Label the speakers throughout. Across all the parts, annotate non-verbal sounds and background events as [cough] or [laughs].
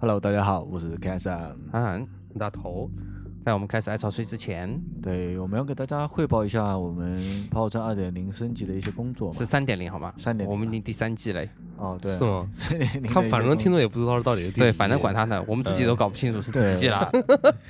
Speaker 1: Hello，大家好，我是 k a s o n
Speaker 2: 涵涵大头。在我们开始爱潮吹之前，
Speaker 1: 对，我们要给大家汇报一下我们跑火车二点零升级的一些工作嘛
Speaker 2: 是。三点零好吗？
Speaker 1: 3.0
Speaker 2: 我们已经第三季嘞。
Speaker 1: 哦，对，
Speaker 3: 是吗？
Speaker 1: 三点零，
Speaker 3: 他反正听众也不知道到底是第
Speaker 2: 对，
Speaker 3: 几
Speaker 2: 反正
Speaker 3: 集
Speaker 2: 管他呢，我们自己都搞不清楚是第几季了。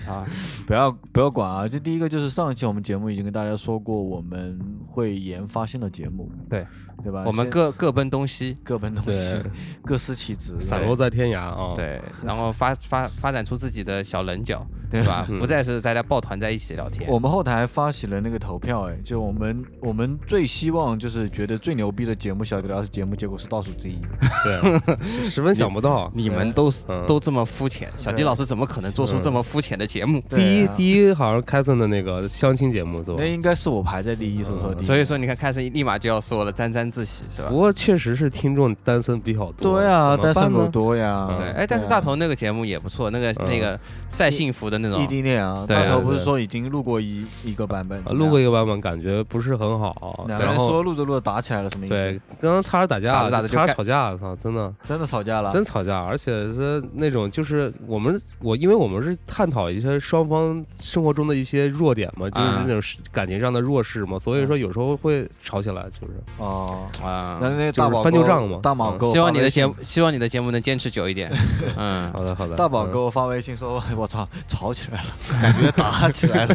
Speaker 2: 啊，
Speaker 1: 不要不要管啊！这第一个就是上一期我们节目已经跟大家说过，我们会研发新的节目，
Speaker 2: 对，
Speaker 1: 对吧？
Speaker 2: 我们
Speaker 1: 先
Speaker 2: 各各奔东西。
Speaker 1: 各奔东西， [laughs] 各司其职，
Speaker 3: 散落在天涯啊。，
Speaker 2: 对，然后发发发展出自己的小棱角，
Speaker 1: 对
Speaker 2: 对嗯吧？不再是大家抱团在一起聊天。
Speaker 1: 我们后台发起了那个投票，哎，就我们我们最希望就是觉得最牛逼的节目小底聊是节目，结果是倒数第一。
Speaker 3: 对， [laughs] 十十分想不到。
Speaker 2: 你们都是
Speaker 3: 嗯
Speaker 2: 都这么肤浅，小迪老师怎么可能做出这么肤浅的节目？
Speaker 3: 第
Speaker 1: 对
Speaker 3: 一
Speaker 1: 啊
Speaker 3: 第一好像凯森的那个相亲节目是吧
Speaker 1: 那？应该是我排在第一，所以说第一。
Speaker 2: 所以说，你看，开始立马就要说了，沾沾自喜是吧
Speaker 3: 不？过确实是听众单身比较多。
Speaker 1: 对啊，
Speaker 3: 怎么
Speaker 1: 单
Speaker 3: 办
Speaker 1: 身狗
Speaker 3: 呢？
Speaker 1: 多呀。
Speaker 2: 对，哎，但是
Speaker 1: 啊
Speaker 2: 大头那个节目也不错，那个那个晒幸福的那种
Speaker 1: 异，地恋啊，
Speaker 2: 对
Speaker 1: 大头
Speaker 3: 哦对
Speaker 1: 不是
Speaker 3: 对
Speaker 1: 说已经录过一一个版本
Speaker 3: 啊，录过一
Speaker 1: 个，
Speaker 3: 个版本感觉不是很好，
Speaker 1: 两个
Speaker 3: 然
Speaker 1: 人
Speaker 3: 后
Speaker 1: 说录着录着打起来了，什么意
Speaker 3: 对
Speaker 1: 思？，
Speaker 3: 刚刚差点打
Speaker 2: 打
Speaker 3: 架，
Speaker 2: 着打着就
Speaker 3: 差
Speaker 2: 干
Speaker 3: 点吵架，操，真的
Speaker 1: 真的吵架了，
Speaker 3: 真吵架，而且是那种就是我们我因为我们是探讨一些双方生活中的一些弱点嘛，就是
Speaker 2: 啊
Speaker 3: 那种是感情上的弱势嘛，所以说有时候会吵起来，就是
Speaker 1: 哦。
Speaker 2: 啊
Speaker 1: 那，那
Speaker 3: 嗯就
Speaker 1: 大
Speaker 3: 是
Speaker 1: 宝
Speaker 3: 翻旧
Speaker 1: 哥
Speaker 3: 账嘛
Speaker 1: 大宝
Speaker 3: 嗯
Speaker 1: 哥，
Speaker 2: 希望你的节目，希望你的节目能坚持久一
Speaker 1: [laughs]
Speaker 2: 点。嗯，
Speaker 3: 好的好的，
Speaker 1: 大宝
Speaker 3: 嗯
Speaker 1: 给我发微信说：“ [laughs] 我操，吵起
Speaker 3: [laughs]
Speaker 1: 来了，感觉打起来了。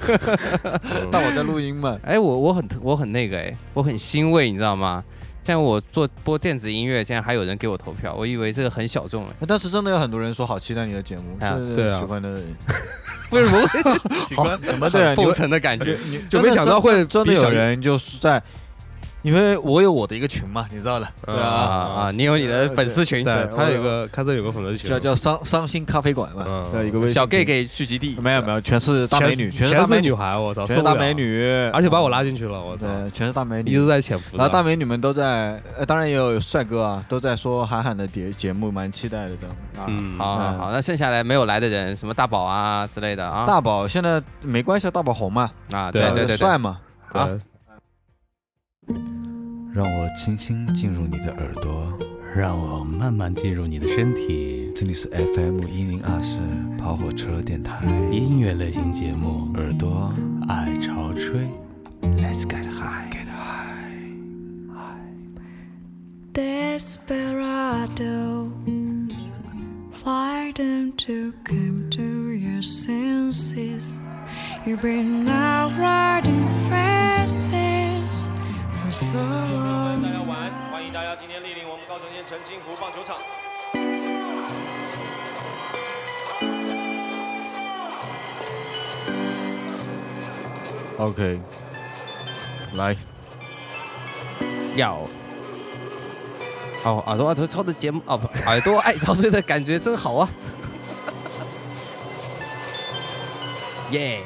Speaker 3: 嗯”
Speaker 1: 大宝在录音嘛？
Speaker 2: 哎，我我很我很那个哎，我很欣慰，你知道吗？像我做播电子音乐，竟然还有人给我投票，我以为这个很小众哎，
Speaker 1: 但是真的有很多人说好期待你的节目，
Speaker 2: 啊
Speaker 1: 就是
Speaker 3: 对啊
Speaker 1: 喜欢的
Speaker 3: [laughs]
Speaker 1: 人，
Speaker 3: 为
Speaker 2: [laughs]
Speaker 3: 什么会奇怪？
Speaker 1: 怎么对啊？你
Speaker 2: 奉
Speaker 1: 会
Speaker 2: 承的感觉。
Speaker 3: 嗯就没想到会
Speaker 1: 真的
Speaker 3: 比
Speaker 1: 有
Speaker 3: 小
Speaker 1: 人就是在，因为我有我的一个群嘛，你知道的，对
Speaker 2: 啊
Speaker 1: 啊，
Speaker 2: 啊！你有你的粉丝群，
Speaker 3: 对
Speaker 1: 对
Speaker 3: 他
Speaker 1: 我
Speaker 3: 有个开森有个粉丝群，
Speaker 1: 叫叫伤伤心咖啡馆嘛，
Speaker 3: 嗯
Speaker 1: 叫一个微信
Speaker 2: 小 gay
Speaker 1: 群
Speaker 2: gay 聚集地，
Speaker 1: 没有没有，全是大美女，
Speaker 3: 全
Speaker 1: 是大美
Speaker 3: 是女，孩，我操，
Speaker 1: 全是
Speaker 3: 受不
Speaker 1: 大
Speaker 3: 了
Speaker 1: 美，女，
Speaker 3: 而且把我拉进去了，我操，
Speaker 1: 对，全是大美
Speaker 3: 一直
Speaker 1: 女。
Speaker 3: 在潜伏的。
Speaker 1: 然后大美女们都在，呃，当然也有帅哥啊，都在说韩寒的节节目蛮期待的这样。啊，
Speaker 3: 嗯，
Speaker 2: 好好
Speaker 1: 嗯
Speaker 2: 好，那剩下来没有来的人，什么大宝啊之类的啊
Speaker 1: 大宝现在没关系啊，大宝红嘛，呃
Speaker 2: 啊，
Speaker 3: 对
Speaker 2: 对对对对，
Speaker 1: 帅嘛。
Speaker 2: 好
Speaker 3: 对，
Speaker 4: 让我轻轻进入你的耳朵，
Speaker 5: 让我慢慢进入你的身体。
Speaker 4: 这里是 FM 一零二四跑火车电台，
Speaker 5: 音乐类型节目
Speaker 4: 耳朵
Speaker 5: 《爱潮吹》。
Speaker 4: ，Let's get high，get high。
Speaker 6: Desperado, why don't you come to your senses? You've been out riding faces for so
Speaker 7: 大家
Speaker 6: long.
Speaker 7: 晚安，欢迎大家今天莅临我们高城县澄清湖棒球场。
Speaker 1: OK，来，
Speaker 2: 要。哦，耳朵耳朵超的节目
Speaker 1: [laughs]
Speaker 2: 哦，不，耳朵爱潮吹的感觉真好啊！耶、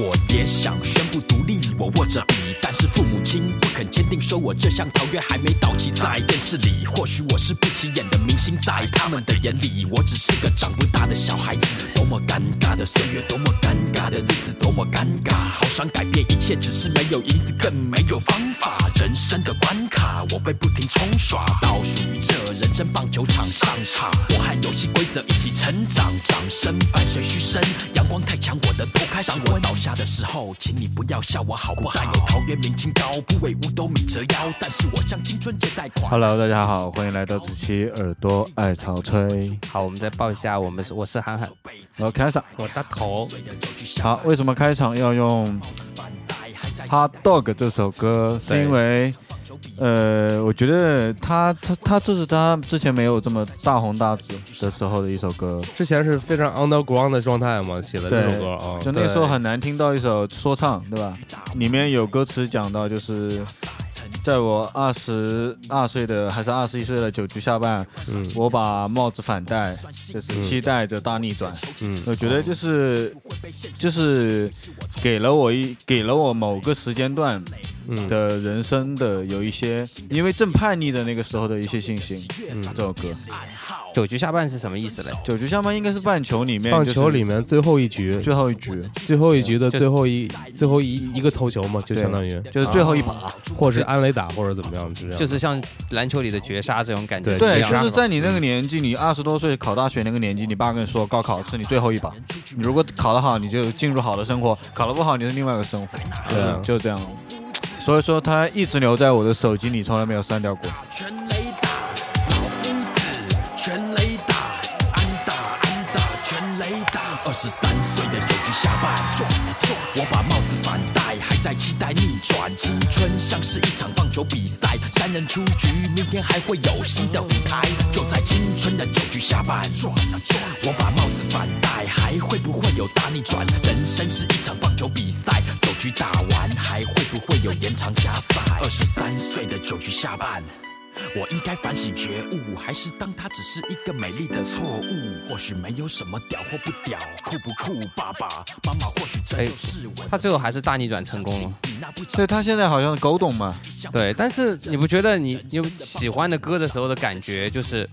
Speaker 8: 我也想宣布独立，我握着笔，但是父母亲不肯坚定，说我这项条约还没到期。在电视里，或许我是不起眼的明星，在他们的眼里，我只是个长不大的小孩子。多么尴尬的岁月，多么尴尬的日子，多么尴尬。好想改变一切，只是没有银子，更没有方法。人生的关卡，我被不停冲刷，倒数于这人生棒球场上场。我和游戏规则一起成长，掌声伴随嘘声，阳光太强，我的头开始温。当我倒下的时候，请你不要笑我好不好？古代有陶渊明清高，不为五斗米折腰，但是我向青春借贷款。
Speaker 1: Hello，大家好，欢迎来到这期耳朵爱潮吹。
Speaker 2: 好，我们再报一下，我们是我是韩寒，
Speaker 1: 然后开场，
Speaker 3: 我大头，
Speaker 1: 好，为什么开场要用《Hot Dog》这首歌？是因为，呃，我觉得他他他这是他之前没有这么大红大紫的时候的一首歌。
Speaker 3: 之前是非常 underground 的状态嘛，写的
Speaker 1: 对
Speaker 3: 这首歌啊，，
Speaker 1: 就那时候很难听到一首说唱，对吧？里面有歌词讲到，就是在我二十二岁的还是二十一岁的酒局下半，
Speaker 3: 嗯
Speaker 1: 我把帽子反戴，就是期待着大逆转。
Speaker 3: 嗯
Speaker 1: 我觉得就是就是给了我一给了我某个时间段
Speaker 3: 嗯，
Speaker 1: 的人生的有一些，因为正叛逆的那个时候的一些信心。
Speaker 3: 嗯
Speaker 1: 这首歌
Speaker 2: 九局下半是什么意思嘞？
Speaker 1: 《九局下半》应该是棒球里面
Speaker 3: 棒
Speaker 1: 就是
Speaker 3: 球里面最后一局，
Speaker 1: 最后一局，
Speaker 3: [laughs] 最后一局的
Speaker 2: 就是
Speaker 3: 最后一最后一一个头球嘛，就
Speaker 1: 对
Speaker 3: 相当于，
Speaker 1: 就是最后一把。
Speaker 3: 或者是安雷打，或者怎么样，就这样。
Speaker 2: 就是像篮球里的绝杀这种感觉，
Speaker 3: 对
Speaker 1: 对，
Speaker 2: 一样嗯
Speaker 1: 就是在你那个年纪，你二十多岁考大学那个年纪，你爸跟你说高考是你最后一把，你如果考得好，你就进入好的生活；考得不好，你是另外一个生活，
Speaker 3: 对啊
Speaker 1: 就这样。所以说，它一直留在我的手机里，从来没有删掉过。
Speaker 8: 全雷打，老夫子，全雷打，安打安打，全雷打。二十三岁的九局下半转了转，我把帽子反戴，还在期待逆转。青春像是一场棒球比赛，三人出局，明天还会有新的舞台。就在青春的九局下半转了转，我把帽子反戴，还会不会有大逆转？人生是一场棒球比赛，九局打完还会不会有延长加赛？二十三岁的九局下半。我应该反省觉悟，还是当它只是一个美丽的错误？或许没有什么屌或不屌，酷不酷？爸爸妈妈或许这就是我
Speaker 2: 哎他最后还是大逆转成功了。
Speaker 8: 比那不长
Speaker 1: 对他现在好像狗懂嘛，
Speaker 2: 对，但是你不觉得你你有喜欢的歌的时候的感觉，就是，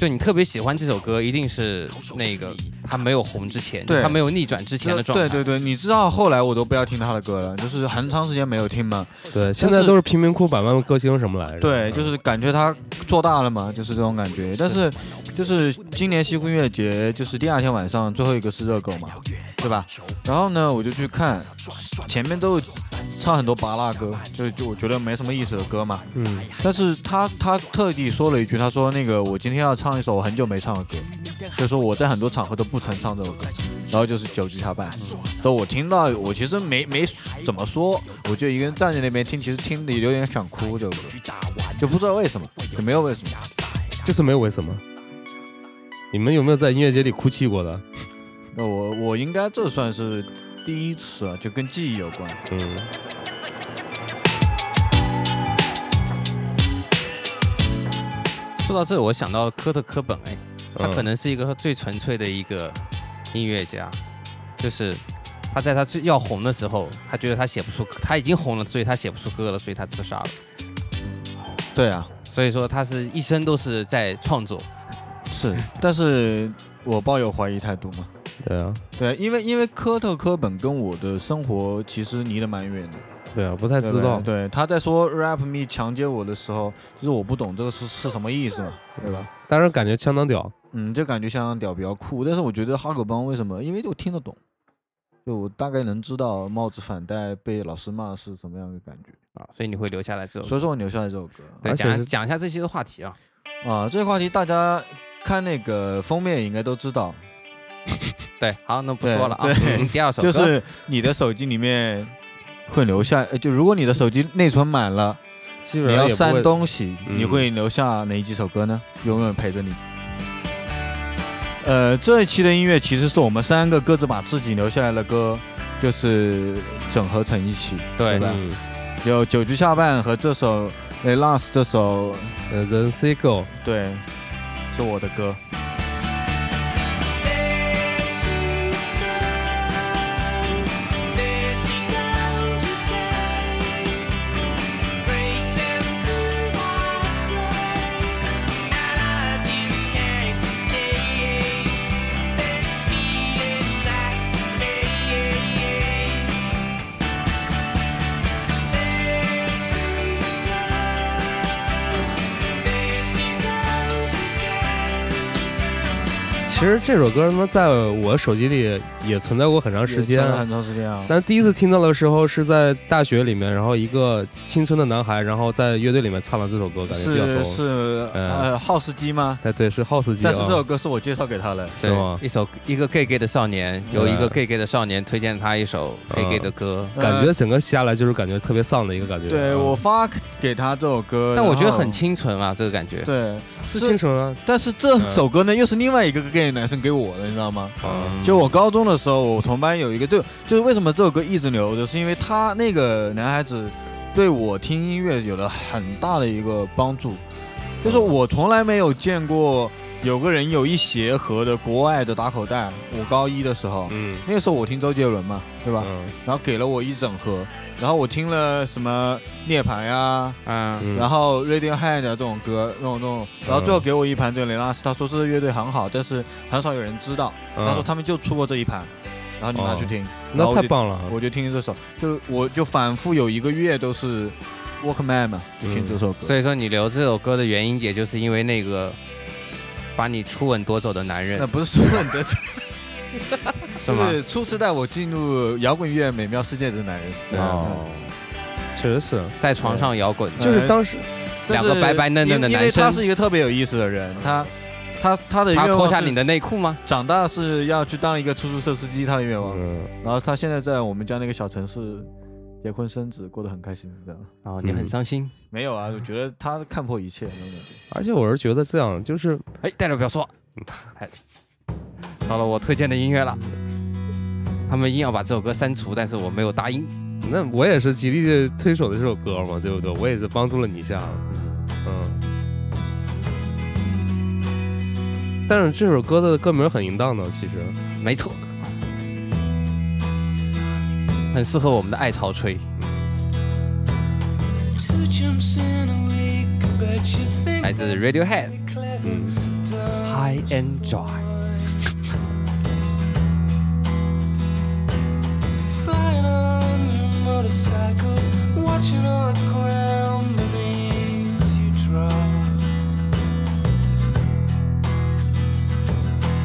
Speaker 2: 就你特别喜欢这首歌，一定是那个他没有红之前，
Speaker 1: 对
Speaker 2: 他没有逆转之前的状态。
Speaker 1: 对对对，你知道后来我都不要听他的歌了，就是很长时间没有听嘛。
Speaker 3: 对，现在都是贫民窟百万歌星什么来着？
Speaker 1: 对，就是感觉他做大了嘛，就是这种感觉。但是，就是今年西湖音乐节，就是第二天晚上最后一个是热狗嘛，对吧？然后呢，我就去看，前面都唱很多拔蜡歌，就就我觉得没什么意思的歌嘛。
Speaker 3: 嗯，
Speaker 1: 但是他他特地说了一句，他说那个我今天要唱一首我很久没唱的歌，就是说我在很多场合都不曾唱这首歌，然后就是九级下半，都我听到我其实没没怎么说，我就一个人站在那边听，其实听的有点想哭这首歌，就不知道为什么，也没有为什么，
Speaker 3: 这次没有为什么。你们有没有在音乐节里哭泣过的？
Speaker 1: 那我我应该这算是第一次啊，就跟记忆有关。
Speaker 3: 嗯，
Speaker 2: 说到这，我想到科特·科本，哎，他
Speaker 3: 嗯
Speaker 2: 可能是一个最纯粹的一个音乐家，就是他在他最要红的时候，他觉得他写不出歌，他已经红了，所以他写不出歌了，所以他自杀了。
Speaker 1: 对啊，
Speaker 2: 所以说他是一生都是在创作，
Speaker 1: 是， [laughs] 但是我抱有怀疑态度嘛。
Speaker 3: 对啊，
Speaker 1: 对，因为因为科特·科本跟我的生活其实离得蛮远的。
Speaker 3: 对啊，不太
Speaker 1: 对
Speaker 3: 知道。
Speaker 1: 对他在说 rap me 强奸我的时候，就是我不懂这个是是什么意思嘛，对吧？
Speaker 3: 但是感觉相当屌。
Speaker 1: 嗯，就感觉相当屌，比较酷。但是我觉得哈狗帮为什么？因为我听得懂，就我大概能知道帽子反戴被老师骂是什么样的感觉，
Speaker 2: 啊，所以你会留下来这首
Speaker 1: 所
Speaker 2: 歌。
Speaker 1: 以说我留下来这首歌
Speaker 2: 对，
Speaker 3: 而且
Speaker 2: 讲
Speaker 3: 是
Speaker 2: 讲一下这期的话题啊，
Speaker 1: 啊。这个话题大家看那个封面应该都知道，
Speaker 2: 对，好，那不
Speaker 1: 对
Speaker 2: 说了啊，
Speaker 1: 对
Speaker 2: 嗯第二首
Speaker 1: [laughs]
Speaker 2: 歌
Speaker 1: 就是你的手机里面会留下，呃就如果你的手机内存满了，
Speaker 3: 基本
Speaker 1: 你
Speaker 3: 上
Speaker 1: 要
Speaker 3: 啊也不
Speaker 1: 删
Speaker 3: 会
Speaker 1: 东西，
Speaker 3: 嗯
Speaker 1: 你会留下哪几首歌呢？永远陪着你。呃，这一期的音乐其实是我们三个各自把自己留下来的歌，就是整合成一起，对
Speaker 2: 对
Speaker 1: 吧？
Speaker 3: 嗯，
Speaker 1: 有《九局下半》和这首《The Last》这首，
Speaker 3: 呃，Then s i g o
Speaker 1: 对，是我的歌。
Speaker 3: 其实这首歌他妈在我手机里也存在过很长时间
Speaker 1: 也。传了很长时间啊。
Speaker 3: 但第一次听到的时候是在大学里面，然后一个青春的男孩，然后在乐队里面唱了这首歌，感觉比较
Speaker 1: 是是
Speaker 3: 熟。
Speaker 1: 呃，浩斯基吗？
Speaker 3: 哎，对，是 House 机啊。
Speaker 1: 但是这首歌是我介绍给他的，
Speaker 3: 是
Speaker 2: 对
Speaker 3: 吗？
Speaker 2: 一首一个 gay gay 的少年，有一个
Speaker 3: 嗯
Speaker 2: gay gay 的少年推荐他一首 gay gay 的歌，
Speaker 3: 感觉
Speaker 1: 呃
Speaker 3: 整个下来就是感觉特别丧的一个感觉。
Speaker 1: 对
Speaker 3: 嗯
Speaker 1: 我发给他这首歌，
Speaker 2: 但我觉得
Speaker 1: 然后
Speaker 2: 很清纯啊，这个感觉。
Speaker 1: 哦对，
Speaker 3: 是
Speaker 1: 这
Speaker 3: 青春啊，
Speaker 1: 但是这首歌呢，又是另外一个 gay 男生给我的，你知道吗？
Speaker 2: 嗯，
Speaker 1: 就我高中的时候，我同班有一个，就就是为什么这首歌一直留着，是因为他那个男孩子对我听
Speaker 3: 嗯
Speaker 1: 音乐有了很大的一个帮助，就是我从来没有见过有个人有一鞋盒的国外的打口袋，我高一的时候，
Speaker 3: 嗯
Speaker 1: 那个时候我听周杰伦嘛，对吧？
Speaker 3: 嗯
Speaker 1: 然后给了我一整盒，然后我听了什么涅槃呀、
Speaker 2: 嗯，
Speaker 1: 然后 Radiohead 啊这种歌，那种那种，
Speaker 3: 嗯
Speaker 1: 然后最后给我一盘这个雷拉斯，他说这支乐队很好，但是很少有人知道，
Speaker 3: 嗯
Speaker 1: 他说他们就出过这一盘，然后你拿去听，然后
Speaker 3: 那
Speaker 1: 我
Speaker 3: 太
Speaker 1: 就
Speaker 3: 棒了，
Speaker 1: 我就听这首，就我就反复有一个月都是 Walkman 嘛，就听这首歌。
Speaker 2: 所以说你留这首歌的原因，也就是因为那个把你初吻夺走的男
Speaker 3: 嗯
Speaker 2: 人
Speaker 1: 那，不是说你
Speaker 3: [laughs]
Speaker 1: 的，
Speaker 2: 是
Speaker 1: 就
Speaker 2: 吗？
Speaker 1: 是初次带我进入摇滚乐美妙世界的男人。
Speaker 2: 对
Speaker 3: 哦，确实是，
Speaker 2: 嗯
Speaker 1: 嗯
Speaker 2: 在床上摇滚，
Speaker 3: 就是当
Speaker 1: 哎
Speaker 3: 时
Speaker 1: 但是
Speaker 2: 两个白白嫩嫩的
Speaker 1: 因因为
Speaker 2: 男生
Speaker 1: 他是一个特别有意思的人，他他他的
Speaker 2: 他
Speaker 1: 愿
Speaker 2: 脱
Speaker 1: 望
Speaker 2: 下
Speaker 1: 是
Speaker 2: 你的内裤吗？
Speaker 1: 长大是要去当一个出租车司机，他的愿望。
Speaker 3: 嗯，
Speaker 1: 然后他现在在我们家那个小城市结婚生子，过得很开心，这样。
Speaker 2: 哦，你很伤心。
Speaker 1: 没有啊，我觉得他看破一切那种感觉。
Speaker 3: 而且我是觉得这样，就是
Speaker 2: 哎，代表不要说，哎到了我推荐的音乐了。他们硬要把这首歌删除，但是我没有答应。
Speaker 3: 那我也是极力地推手的这首歌嘛，对不对？我也是帮助了你一下，嗯。但是这首歌的歌名很淫荡的，其实，
Speaker 2: 没错，很适合我们的爱潮吹。来自 Radiohead，High and Dry。
Speaker 9: Flying on your motorcycle, watching all the ground beneath you drop.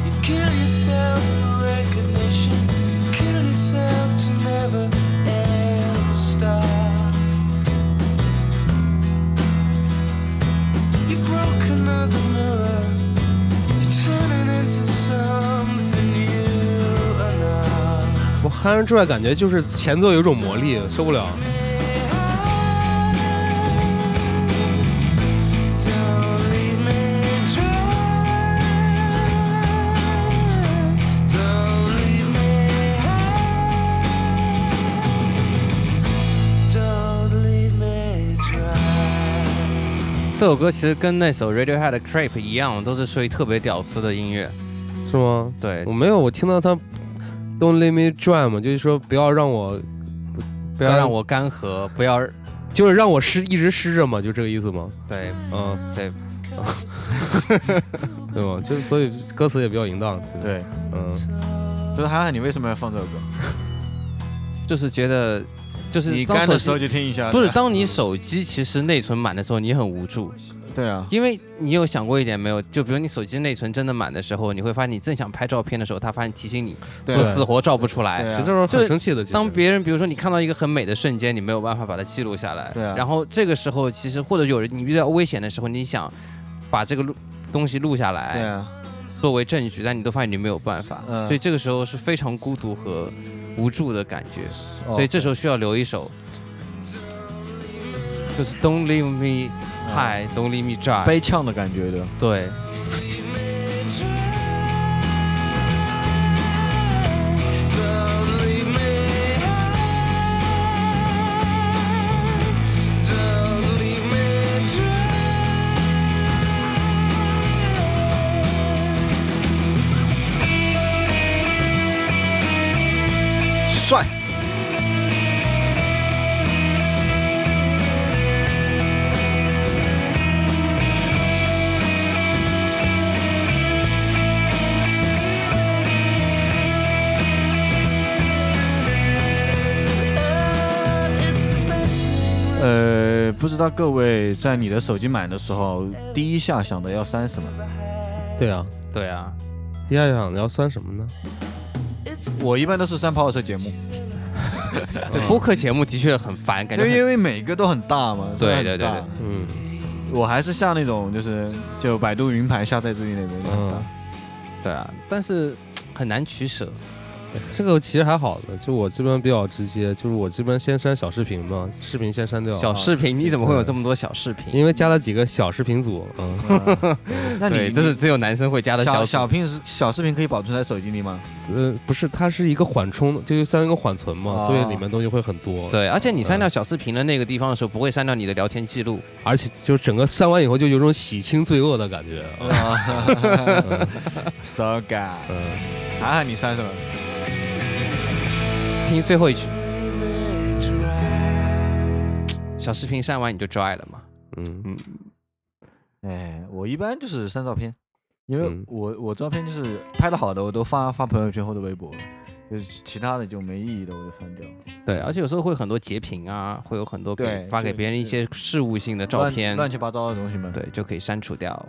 Speaker 9: You kill yourself for recognition, kill yourself to never ever stop. You broke another mirror, you're turning into something you are not.
Speaker 3: 我嗨完出来感觉就是前奏有一种魔力，受不了。
Speaker 9: Don't leave me dry. Don't leave me high. Don't leave me dry.
Speaker 2: 这首歌其实跟那首 Radiohead 的 Creep 一样，都是属于特别屌丝的音乐。
Speaker 3: 是吗？
Speaker 2: 对
Speaker 3: 我，没有，我听到他 Don't Let Me Dry 嘛，就是说不要让我，
Speaker 2: 不要让我干涸，不要
Speaker 3: 就是让我湿，一直湿着嘛，就这个意思嘛，
Speaker 2: 对
Speaker 3: 嗯，
Speaker 2: 对，
Speaker 3: [laughs] 对吗？就所以歌词也比较淫荡，其实，
Speaker 1: 对，
Speaker 3: 嗯，
Speaker 1: 就是涵涵，你为什么要放这首歌？
Speaker 2: 就是觉得就是
Speaker 1: 你
Speaker 2: 当
Speaker 1: 干的时
Speaker 2: 手
Speaker 1: 候
Speaker 2: 机
Speaker 1: 就听一下。
Speaker 2: 不是当你手机其实内存满的时候，你很无助，
Speaker 1: 对啊，
Speaker 2: 因为你有想过一点没有？就比如你手机内存真的满的时候，你会发现你正想拍照片的时候，它发现提醒你
Speaker 1: 对
Speaker 2: 说
Speaker 1: 啊
Speaker 2: 死活照不出
Speaker 1: 对
Speaker 2: 来。
Speaker 1: 啊
Speaker 3: 其实这种
Speaker 2: 就是
Speaker 3: 很生气的，其实
Speaker 2: 当别人比如说你看到一个很美的瞬间，你没有办法把它记录下来，
Speaker 1: 对啊
Speaker 2: 然后这个时候其实或者有人你遇到危险的时候，你想把这个录东西录下来，
Speaker 1: 对啊，
Speaker 2: 作为证据，但你都发现你没有办法，
Speaker 1: 嗯
Speaker 2: 所以这个时候是非常孤独和无助的感觉，
Speaker 1: 哦
Speaker 2: 哎所以这时候需要留一首，就是 Don't leave me high，Don't leave me dry，
Speaker 1: 嗯哦悲呛的感觉的。
Speaker 2: 对，
Speaker 9: Don't leave me high. Don't leave me dry.
Speaker 1: 帅。
Speaker 9: It's the best thing.
Speaker 1: 呃，不知道各位在你的手机买的时候，第一下想的要删什么？
Speaker 3: 对啊，
Speaker 2: 对啊，
Speaker 3: 第二想要算什么呢？
Speaker 1: 我一般都是删跑火车节目，
Speaker 2: 对播客节目的确很烦，感
Speaker 1: 因
Speaker 2: 觉
Speaker 1: 为
Speaker 2: 很
Speaker 1: 嗯因为每个都很大嘛。
Speaker 2: 对
Speaker 1: 都很
Speaker 2: 对对
Speaker 1: 大
Speaker 2: 对
Speaker 3: 嗯
Speaker 1: 我还是下那种就是就百度云盘下载自己那种。
Speaker 3: 嗯，
Speaker 2: 对啊，但是很难取舍，
Speaker 3: 这个其实还好的，就我这边比较直接，就是我这边先删小视频嘛，视频先
Speaker 1: 啊
Speaker 3: 删掉。
Speaker 2: 小视频你怎么会有这么多小视频？
Speaker 3: 因为加了几个小视频组，嗯，
Speaker 1: 那你
Speaker 2: 对，这是只有男生会加的
Speaker 1: 小
Speaker 2: 小
Speaker 1: 小屏是小视频可以保存在手机里吗？
Speaker 2: [laughs] 嗯
Speaker 3: 呃，不是，它是一个缓冲，就是像一个缓存嘛，
Speaker 1: 哦
Speaker 3: 所以里面东西会很多。，
Speaker 2: 啊对，而且你删掉
Speaker 1: 嗯
Speaker 2: 小视频的那个地方的时候，不会删掉你的聊天记录。
Speaker 3: 而且就整个删完以后，就有种洗清罪恶的感觉。
Speaker 1: 啊 [laughs] ，so god，
Speaker 3: 嗯，
Speaker 1: 涵涵你删什么？
Speaker 2: 听最后一句，小视频删完你就 dry 了嘛？
Speaker 3: 嗯，
Speaker 2: 嗯，
Speaker 1: 哎，我一般就是删照片，因为
Speaker 3: 嗯
Speaker 1: 我、我照片就是拍的好的我都发发朋友圈或者微博，就是其他的就没意义的我就删掉。
Speaker 2: 对，而且有时候会很多截屏啊，会有很多给
Speaker 1: 对
Speaker 2: 发给
Speaker 1: 对
Speaker 2: 别人一些事务性的照
Speaker 1: 乱
Speaker 2: 片，
Speaker 1: 乱七八糟的东西嘛。，
Speaker 2: 对，就可以删除掉。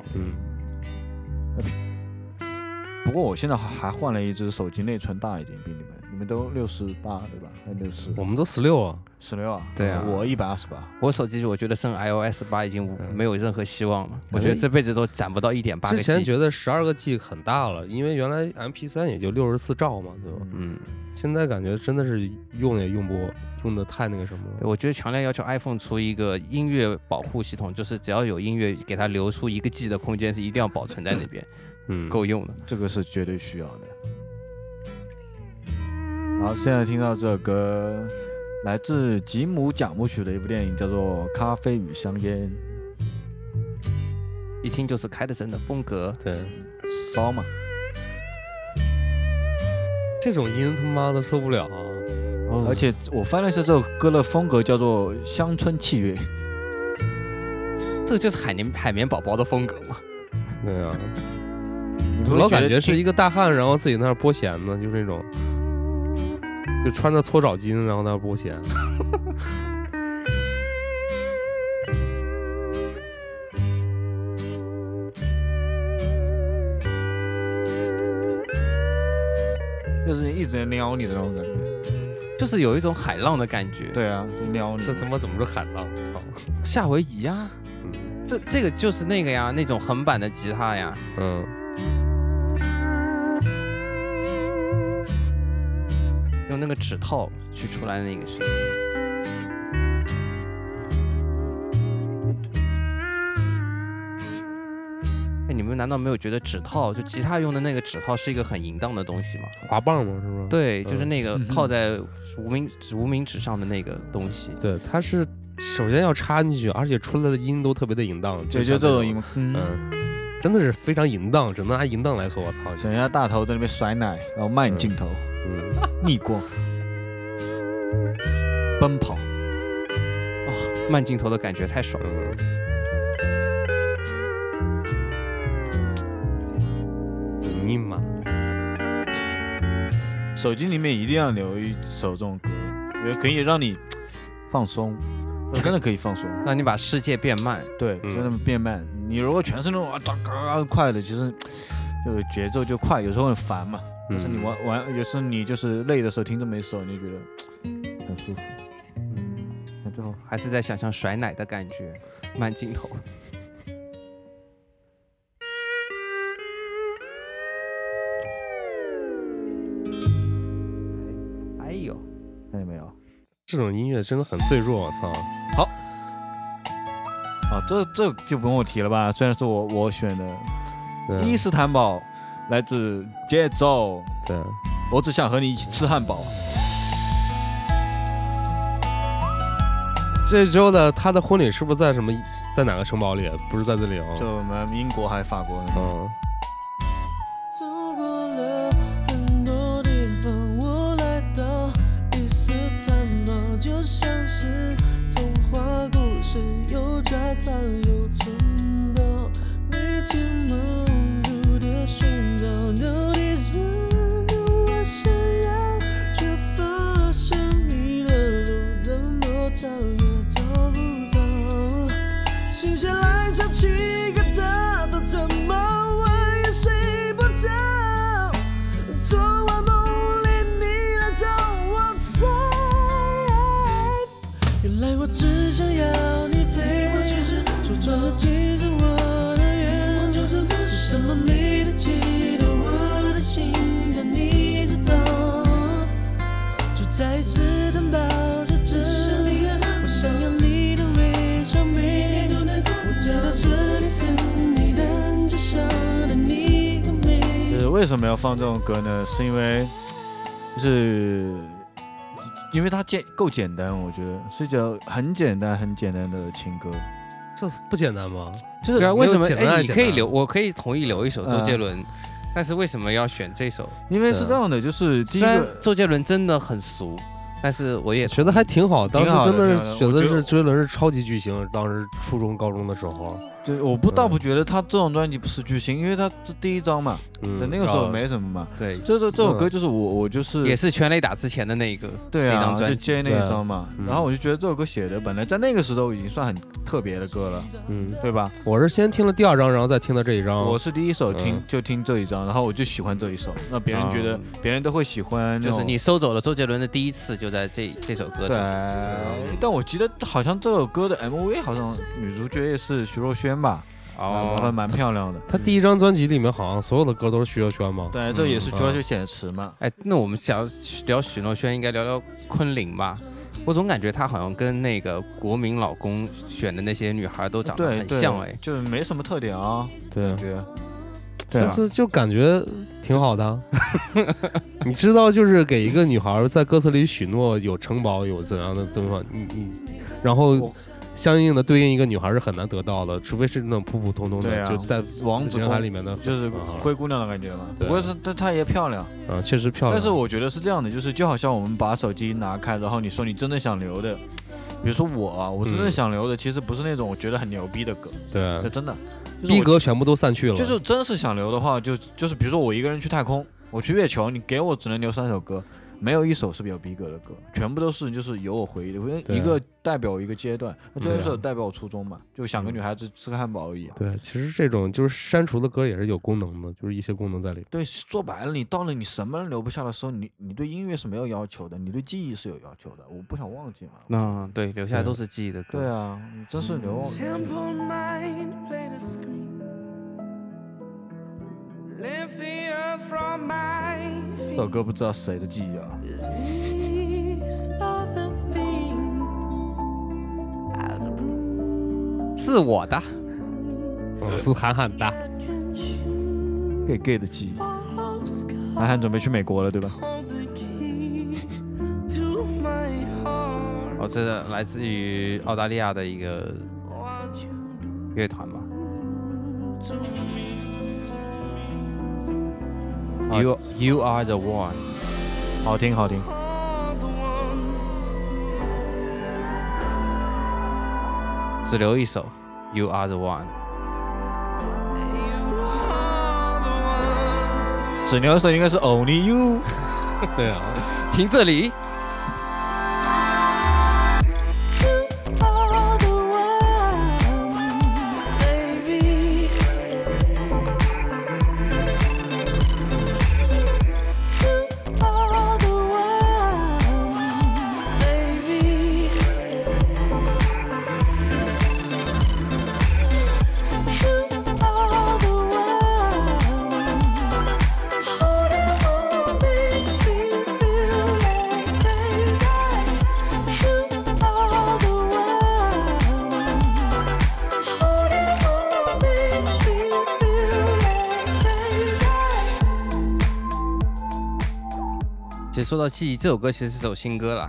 Speaker 1: 不过我现在还还换了一只手机，内存大一点，比你们你们都六十八对吧？还六十
Speaker 3: 我们都十六啊，
Speaker 1: 十六啊？
Speaker 2: 对啊
Speaker 1: 我一百二十八。
Speaker 2: 我手机我觉得剩 iOS 八已经无没有任何希望了，我觉得这辈子都攒不到一点八个
Speaker 3: 之
Speaker 2: G。
Speaker 3: 前觉得十二个 G 很大了，因为原来 MP 三也就六十四兆嘛，对吧？
Speaker 2: 嗯，
Speaker 3: 现在感觉真的是用也用不，用的太那个什么
Speaker 2: 对
Speaker 3: 了。
Speaker 2: 我觉得强烈要求 iPhone 出一个音乐保护系统，就是只要有音乐，给它留出一个 G 的空间是一定要保存在那边，
Speaker 3: 嗯，
Speaker 2: 够用的。
Speaker 1: 这个是绝对需要的。好，现在听到这首歌，来自吉姆·贾木许的一部电影，叫做《咖啡与香烟
Speaker 2: 一听就是凯特森的风格。
Speaker 3: 对，》，
Speaker 1: 骚嘛。
Speaker 3: 这种音他妈的受不了啊。
Speaker 1: 而且我翻了一下这首歌的风格，叫做乡村器乐。
Speaker 2: 这就是海绵海绵宝宝的风格嘛。
Speaker 3: 对啊，
Speaker 1: 你
Speaker 3: 我
Speaker 1: 会
Speaker 3: 老感觉
Speaker 1: 听
Speaker 3: 是一个大汉，然后自己在那儿拨弦呢，就是那种，就穿着搓澡巾，然后在那儿拨弦。
Speaker 1: 就是一直在撩你的那种感觉。
Speaker 2: 就是有一种海浪的感觉。，
Speaker 1: 对啊，就撩你。
Speaker 3: 这他妈怎么是海浪？操！
Speaker 2: 夏威夷呀，
Speaker 3: 嗯
Speaker 2: 啊这这个就是那个呀，那种横版的吉他呀，
Speaker 3: 嗯，
Speaker 2: 用那个指套去出来的那个声音。哎，你们难道没有觉得指套就吉他用的那个指套是一个很淫荡的东西吗？
Speaker 3: 滑棒嘛，是不是？
Speaker 2: 对，就是
Speaker 3: 嗯
Speaker 2: 那个套在无名指无名指上的那个东西。
Speaker 3: 对，它是首先要插进去，而且出来的音都特别的淫荡，
Speaker 1: 就就
Speaker 3: 像
Speaker 1: 这
Speaker 3: 那
Speaker 1: 种音，嗯，
Speaker 3: 嗯，真的是非常淫荡，只能拿淫荡来说。我操！
Speaker 1: 想让大头在那边甩奶，然后慢镜头、
Speaker 3: 嗯，
Speaker 1: 逆光、奔跑。
Speaker 2: 哦，慢镜头的感觉太爽了。
Speaker 3: 嗯
Speaker 1: 嗯
Speaker 3: 你妈！
Speaker 1: 手机里面一定要留一首这种歌，也可以让你放松，真的可以放松。
Speaker 2: 让你把世界变慢。
Speaker 1: 对，
Speaker 3: 嗯
Speaker 1: 真的变慢。你如果全是那种啊哒嘎嘎快的，其实就节奏就快，有时候很烦嘛。但是你
Speaker 3: 嗯
Speaker 1: 玩玩，有时候你就是累的时候听这么一首，你就觉得很舒服。
Speaker 2: 那最后还是在想象甩奶的感觉，慢镜头。哎呦，
Speaker 1: 看见没有？
Speaker 3: 这种音乐真的很脆弱，我操！
Speaker 1: 啊，这这就不用我提了吧？虽然是我我选的
Speaker 3: 对
Speaker 1: 伊斯坦堡，来自节奏，
Speaker 3: 对，
Speaker 1: 我只想和你一起吃汉堡。
Speaker 3: 这周的他的婚礼是不是在什么在哪个城堡里？不是在这里
Speaker 1: 就
Speaker 3: 哦。
Speaker 1: 我们英国还是法国呢？
Speaker 3: 嗯，
Speaker 9: 走过了很多地方，我来到伊斯坦堡，就像是童话故事，有教堂，有城堡，每天忙碌的寻找到底什么我想要，却发现迷了路，怎么找也找不到。心血来潮起个大早，怎么我也睡不着。昨晚梦里你来找我猜，原来我只想要你陪我，其实说穿了，其实我的愿望就是不怎么你能记得我的心，但你知道。再次等到这只是离岸，我想要你的微笑，每天都能。我知道这里很美，但至少的你更美。
Speaker 1: 就是为什么要放这种歌呢？是因为，就是因为它简够简单，我觉得是一首很简单很简单的情歌。
Speaker 3: 这不简单吗？
Speaker 1: 就是
Speaker 2: 对啊，
Speaker 3: 没
Speaker 2: 为
Speaker 3: 有
Speaker 2: 什么？
Speaker 3: 简单
Speaker 2: 哎，
Speaker 3: 还
Speaker 2: 你
Speaker 3: 简
Speaker 2: 可以
Speaker 3: 单
Speaker 2: 留，我可以同意留一首周杰
Speaker 1: 嗯
Speaker 2: 伦，但是为什么要选这首？
Speaker 1: 因为是这样的，就是第一
Speaker 2: 虽然
Speaker 1: 个，
Speaker 2: 周杰伦真的很俗，但是我也
Speaker 3: 觉得还挺好，当
Speaker 1: 挺好
Speaker 3: 时
Speaker 1: 的
Speaker 3: 真的
Speaker 1: 挺好
Speaker 3: 是
Speaker 1: 的
Speaker 3: 觉
Speaker 1: 我
Speaker 3: 得
Speaker 1: 觉得
Speaker 3: 是周杰伦是超级巨星，当时初中高中的时候，
Speaker 1: 对，我不倒
Speaker 3: 嗯
Speaker 1: 不觉得他这种专辑不是巨星，因为他这第一张嘛，
Speaker 3: 嗯，
Speaker 1: 那个时候
Speaker 3: 啊
Speaker 1: 没什么嘛。
Speaker 2: 对，
Speaker 1: 这这这首
Speaker 3: 嗯
Speaker 1: 歌就是我我就是
Speaker 2: 也是全雷打之前的那一个
Speaker 1: 对
Speaker 2: 那
Speaker 1: 啊
Speaker 2: 张，
Speaker 1: 就
Speaker 2: 专辑。
Speaker 1: 接那
Speaker 3: 对
Speaker 1: 一
Speaker 3: 啊
Speaker 1: 张嘛。
Speaker 3: 嗯
Speaker 1: 然后我就觉得这首歌写的本来在那个时候已经算很特别的歌了，
Speaker 3: 嗯，
Speaker 1: 对吧？
Speaker 3: 我是先听了第二张，然后再听的这一张，
Speaker 1: 我是第一首听、
Speaker 3: 嗯
Speaker 1: 就听这一张，然后我就喜欢这一首。那别人觉得、
Speaker 3: 啊
Speaker 1: 别人都会喜欢那
Speaker 2: 嗯就
Speaker 1: 种，
Speaker 2: 是你收走了周杰伦的第一次，就在这这首歌
Speaker 1: 对
Speaker 2: 上。。哦
Speaker 1: 但我记得好像这首歌的 MV 好像女主角也是徐若瑄吧，
Speaker 2: 哦
Speaker 1: 还蛮漂亮的。
Speaker 3: 他第一张专辑里面好像所有的歌都是徐若瑄嘛，
Speaker 1: 对，这也是
Speaker 3: 嗯
Speaker 1: 徐若瑄写的词嘛。
Speaker 2: 哎，那我们想聊许诺轩，应该聊聊昆凌吧。我总感觉她好像跟那个国民老公选的那些女孩都长得
Speaker 1: 对
Speaker 2: 很
Speaker 1: 对，
Speaker 2: 像哎。
Speaker 1: 就是没什么特点啊，
Speaker 3: 对
Speaker 1: 感，觉。对
Speaker 3: 但
Speaker 1: 啊，
Speaker 3: 是就感觉挺好的。啊
Speaker 1: [laughs]
Speaker 3: 你知道，就是给一个女孩在歌词里许诺有城堡，有怎样的东方，你你，然后
Speaker 1: 我
Speaker 3: 相应的对应一个女孩是很难得到的，除非是那种普普通通
Speaker 1: 对
Speaker 3: 的，
Speaker 1: 啊
Speaker 3: 就在
Speaker 1: 王子
Speaker 3: 人海里
Speaker 1: 公
Speaker 3: 面的，
Speaker 1: 就是
Speaker 2: 嗯
Speaker 1: 灰姑娘的感觉嘛。
Speaker 3: 对
Speaker 1: 不过是，但她也漂亮。
Speaker 3: 啊，确实漂
Speaker 1: 嗯
Speaker 3: 亮。
Speaker 1: 但是我觉得是这样的，就是就好像我们把手机拿开，然后你说你真的想留的，比如说我啊，我真的
Speaker 3: 嗯
Speaker 1: 想留的其实不是那种我觉得很牛逼的歌，
Speaker 3: 对啊
Speaker 1: 就真的，就是
Speaker 3: 嗯逼
Speaker 1: 我
Speaker 3: 格全部都散去了，
Speaker 1: 就是真是想留的话，就就是比如说我一个人去太空，我去月球，你给我只能留三首歌，没有一首是有逼格的歌，全部都是就是有我回忆的，因为
Speaker 3: 对啊
Speaker 1: 一个代表一个阶段，那这一
Speaker 3: 对
Speaker 1: 首
Speaker 3: 啊嗯
Speaker 1: 代表我初中嘛，就想跟女孩子吃个汉堡而已。啊
Speaker 3: 对，其实这种就是删除的歌也是有功能的，就是一些功能
Speaker 1: [laughs]
Speaker 3: 在里面。
Speaker 1: 对，说白了，你到了你什么留不下的时候，你你对音乐是没有要求的，你对记忆是有要求的。我不想忘记嘛。
Speaker 2: 嗯，对，留下
Speaker 3: 对
Speaker 2: 都是记忆的歌。
Speaker 1: 对啊，你真是留忘了。
Speaker 9: Simple mind played a screen. Lift the earth from my
Speaker 1: 这
Speaker 9: feet.
Speaker 1: 首歌不知道谁的记忆啊。
Speaker 9: Cause these are the things out of blue
Speaker 2: 是我的。
Speaker 3: 嗯，是喊喊的，
Speaker 9: I can choose.
Speaker 1: gay gay 的记忆。
Speaker 9: Follow sky
Speaker 1: 韩寒准备去美国了，对吧？
Speaker 9: hold the key to my
Speaker 2: 哦，
Speaker 9: heart.
Speaker 2: 这个来自于澳大利亚的一个
Speaker 9: What you
Speaker 2: 乐团吧
Speaker 9: do to me, to me,
Speaker 2: ，You You Are the One。
Speaker 1: 好听，好听。
Speaker 9: all the one.
Speaker 2: 只留一首《You Are the One》。
Speaker 9: You are the one.
Speaker 1: 只留一首应该是 Only [laughs] You。
Speaker 3: 对啊，
Speaker 2: 停这里，
Speaker 9: are the one, baby. You are the one, baby. You are the one. Holding on makes me feel like crazy. You are the one. Holding on makes me feel like crazy.
Speaker 2: 其实说到记忆，这首歌其实是首新歌啦，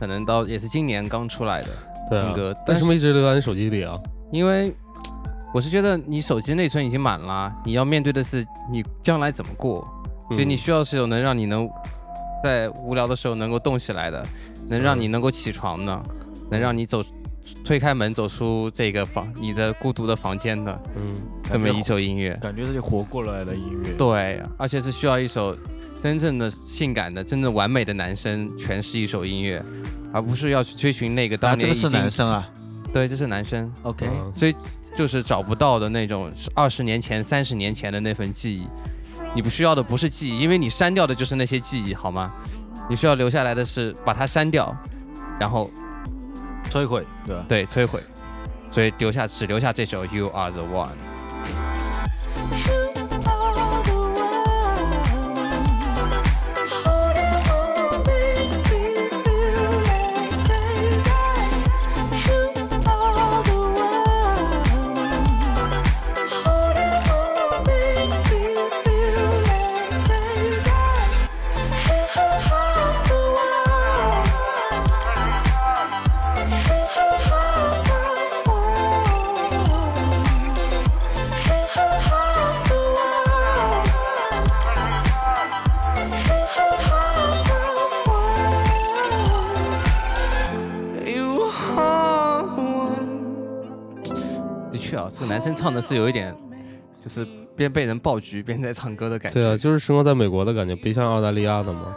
Speaker 2: 可能到也是今年刚出来的
Speaker 3: 对
Speaker 2: 新歌
Speaker 3: 啊。。为
Speaker 2: 但
Speaker 3: 什
Speaker 2: 是
Speaker 3: 么一直留在你手机里啊？
Speaker 2: 因为我是觉得你手机内存已经满了，你要面对的是你将来怎么过，所以你
Speaker 3: 嗯
Speaker 2: 需要是有能让你能在无聊的时候能够动起来的，能让你能够起床的，能让你走推开门走出这个房你的孤独的房间的
Speaker 3: 嗯，
Speaker 2: 这么一首音乐。
Speaker 1: 感觉自己活过来的音乐。
Speaker 2: 对，而且是需要一首真正的性感的、真正完美的男生诠释一首音乐，而不是要去追寻那个
Speaker 1: 啊，
Speaker 2: 当
Speaker 1: 这
Speaker 2: 年
Speaker 1: 个
Speaker 2: 已
Speaker 1: 是
Speaker 2: 经、
Speaker 1: 男生啊。
Speaker 2: 对，这是男生，
Speaker 1: OK，
Speaker 3: 嗯
Speaker 2: 所以就是找不到的那种二十年前、三十年前的那份记忆。你不需要的不是记忆，因为你删掉的就是那些记忆，好吗？你需要留下来的是把它删掉，然后
Speaker 1: 摧毁，对吧？
Speaker 2: 对摧毁，所以留下只留下这首《You Are the One》。
Speaker 9: You are the one. Holding on makes me
Speaker 2: 调，啊这个男生唱的是有一点，就是边被人爆菊边在唱歌的感觉，
Speaker 3: 对啊，就是生活在美国的感觉，不像澳大利亚的嘛。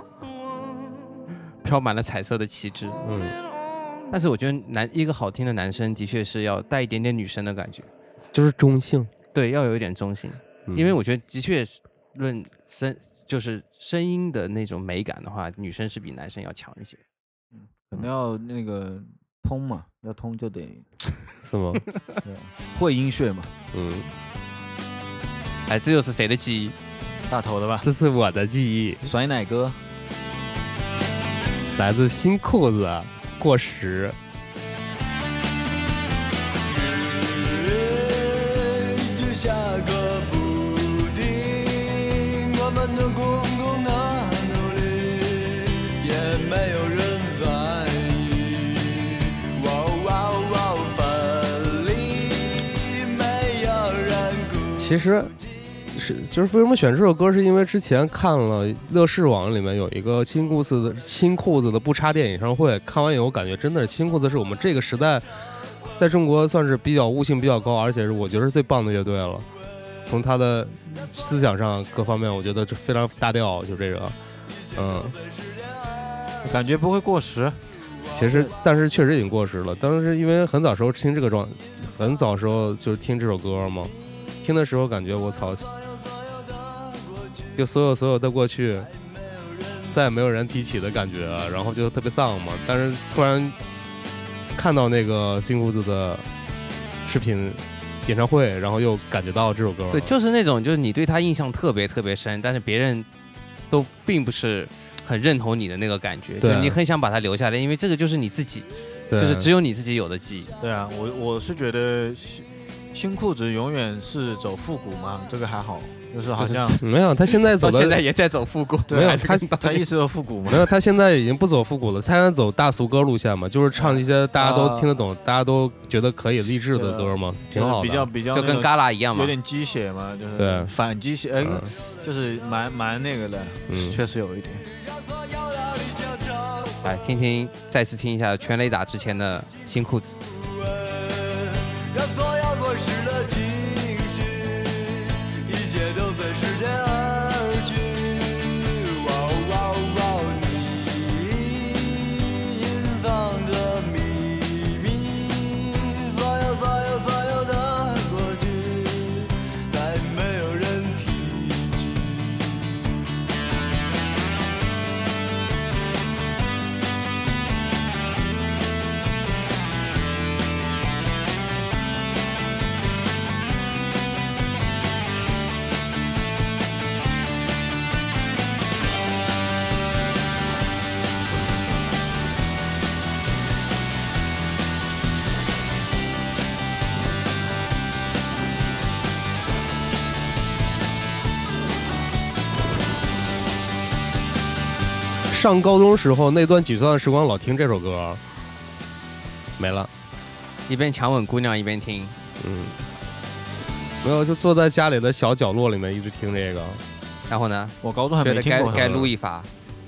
Speaker 2: 飘满了彩色的旗帜。
Speaker 3: 嗯，
Speaker 2: 但是我觉得男一个好听的男生的确是要带一点点女生的感觉，
Speaker 3: 就是中性。
Speaker 2: 对，要有一点中性，
Speaker 3: 嗯
Speaker 2: 因为我觉得的确是论声就是声音的那种美感的话，女生是比男生要强一些。
Speaker 1: 可能要那个通嘛，要通就得
Speaker 3: 是 [laughs] 吗？
Speaker 1: 对会音乐嘛，
Speaker 3: 嗯，
Speaker 2: 哎，这又是谁的记忆？
Speaker 1: 大头的吧，
Speaker 3: 这是我的记忆，
Speaker 1: 甩奶哥，
Speaker 3: 来自新裤子过时。
Speaker 9: 一直下个不停，我们的共同的努力，也没有人在意。哇哦哇哦哇哦，分离，没有人顾
Speaker 3: 其实是就是为什么选这首歌，是因为之前看了乐视网里面有一个新裤子的新裤子的不插电演唱会，看完以后感觉真的是新裤子是我们这个时代在中国算是比较悟性比较高，而且是我觉得是最棒的乐队了。从他的思想上各方面，我觉得这非常大调，就这个，嗯，
Speaker 1: 感觉不会过时。
Speaker 3: 其实但是确实已经过时了。当时因为很早时候听这个状，很早时候就是听这首歌嘛，听的时候感觉我操，就所有所有的过去，再也没有人提起的感觉，啊然后就特别丧嘛。但是突然看到那个新裤子的视频演唱会，然后又感觉到这首歌
Speaker 1: 哦
Speaker 3: 了，
Speaker 2: 对，就是那种就是你对他印象特别特别深，但是别人都并不是很认同你的那个感觉，
Speaker 3: 对
Speaker 1: 啊
Speaker 2: 就你很想把它留下来，因为这个就是你自己，
Speaker 3: 对
Speaker 2: 就是只有你自己有的记忆。
Speaker 1: 对啊，我我是觉得新新裤子永远是走复古嘛，这个还好，就是好像啊
Speaker 3: 没有他现在走
Speaker 2: 到
Speaker 3: 的
Speaker 2: 现在也在走复古，
Speaker 3: 没有
Speaker 2: 还是
Speaker 3: 他
Speaker 2: 跟当
Speaker 1: 他
Speaker 2: 年
Speaker 1: 一直都复古嘛
Speaker 3: 没。有，他现在已经不走复古了，他现在走大俗歌路线嘛，就是唱一些大家都
Speaker 1: 啊
Speaker 3: 听得懂、大家都觉得可以励志的歌嘛，
Speaker 1: 就
Speaker 3: 挺
Speaker 1: 是
Speaker 3: 好的。
Speaker 1: 啊比较比较
Speaker 2: 就
Speaker 1: 那
Speaker 2: 跟
Speaker 1: 种
Speaker 2: Gala 一样嘛
Speaker 1: 有。点鸡血嘛，就是
Speaker 3: 对
Speaker 1: 反鸡血，哎，
Speaker 3: 嗯
Speaker 1: 就是蛮蛮那个的，
Speaker 3: 嗯
Speaker 1: 确实有一点。
Speaker 2: 来哎听听，再次听一下全雷打之前的新裤子。
Speaker 9: 让所有过时的情绪，一切都随时间而去。哇哦哇哦哇哦，你隐藏着秘密，所有所有所有的过去，再没有人提起。
Speaker 3: 上高中时候那段沮丧的时光，老听这首歌，没了。
Speaker 2: 一边强吻姑娘一边听，
Speaker 3: 嗯，没有，就坐在家里的小角落里面一直听这个。
Speaker 2: 然后呢，
Speaker 1: 我高中还
Speaker 2: 觉
Speaker 1: 没
Speaker 2: 得
Speaker 1: 听
Speaker 2: 该
Speaker 1: 过
Speaker 2: 该
Speaker 1: 他们，
Speaker 2: 撸一发，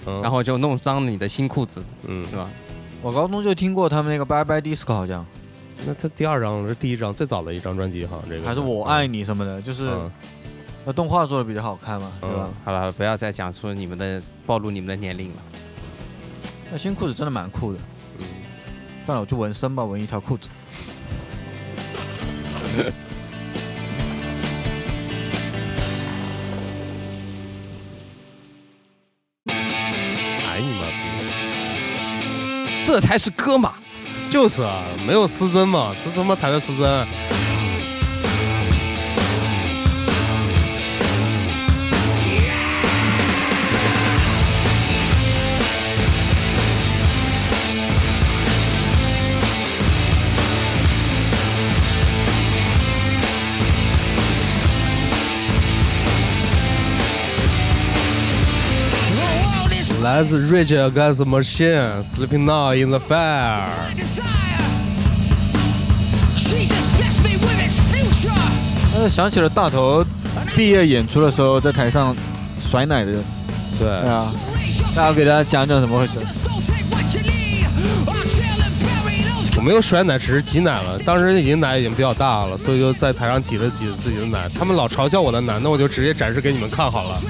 Speaker 3: 嗯，
Speaker 2: 然后就弄脏你的新裤子，
Speaker 3: 嗯，
Speaker 2: 是吧？
Speaker 1: 我高中就听过他们那个《Bye Bye Disco》，好像
Speaker 3: 那他第二张了，是第一张最早的一张专辑哈，这个
Speaker 1: 还是《我爱你》什么的，就是
Speaker 3: 啊嗯
Speaker 1: 那动画做的比较好看嘛，对吧
Speaker 3: 嗯？
Speaker 2: 好了，不要再讲述你们的暴露你们的年龄了。
Speaker 1: 那新裤子真的蛮酷的，
Speaker 3: 嗯
Speaker 1: 算了，我去纹身吧，纹一条裤子。
Speaker 3: 哎你妈逼，
Speaker 2: 这才是哥嘛！
Speaker 3: 就是啊，没有失真嘛，这他妈才是失真。啊来自 Rage Against the Machine，《Sleeping Now in the Fire》。
Speaker 1: 但是呃想起了大头毕业演出的时候在台上甩奶的，
Speaker 3: 对，
Speaker 1: 对啊，那我给大家讲讲怎么回事。
Speaker 3: 我没有甩奶，只是挤奶了。当时已经奶已经比较大了，所以就在台上挤了挤自己的奶。他们老嘲笑我的奶，那我就直接展示给你们看好了。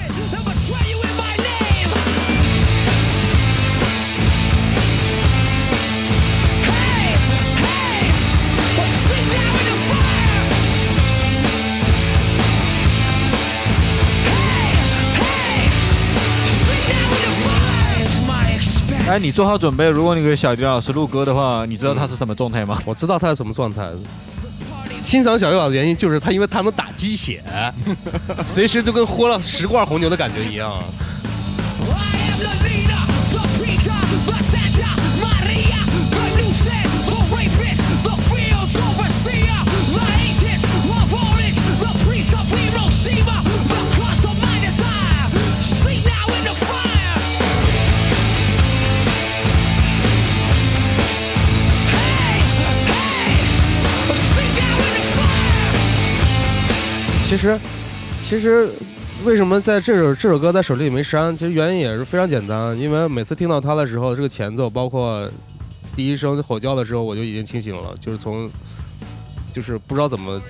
Speaker 1: 哎，你做好准备，如果你给小迪老师录歌的话，你知道他是什么状态吗？
Speaker 3: 我知道他是什么状态。欣赏小月老的原因就是他，因为他能打鸡血，随时就跟喝了十罐红牛的感觉一样。其实，其实为什么在这首这首歌在手里没删？其实原因也是非常简单，因为每次听到它的时候，这个前奏包括第一声吼叫的时候，我就已经清醒了，就是从就是不知道怎么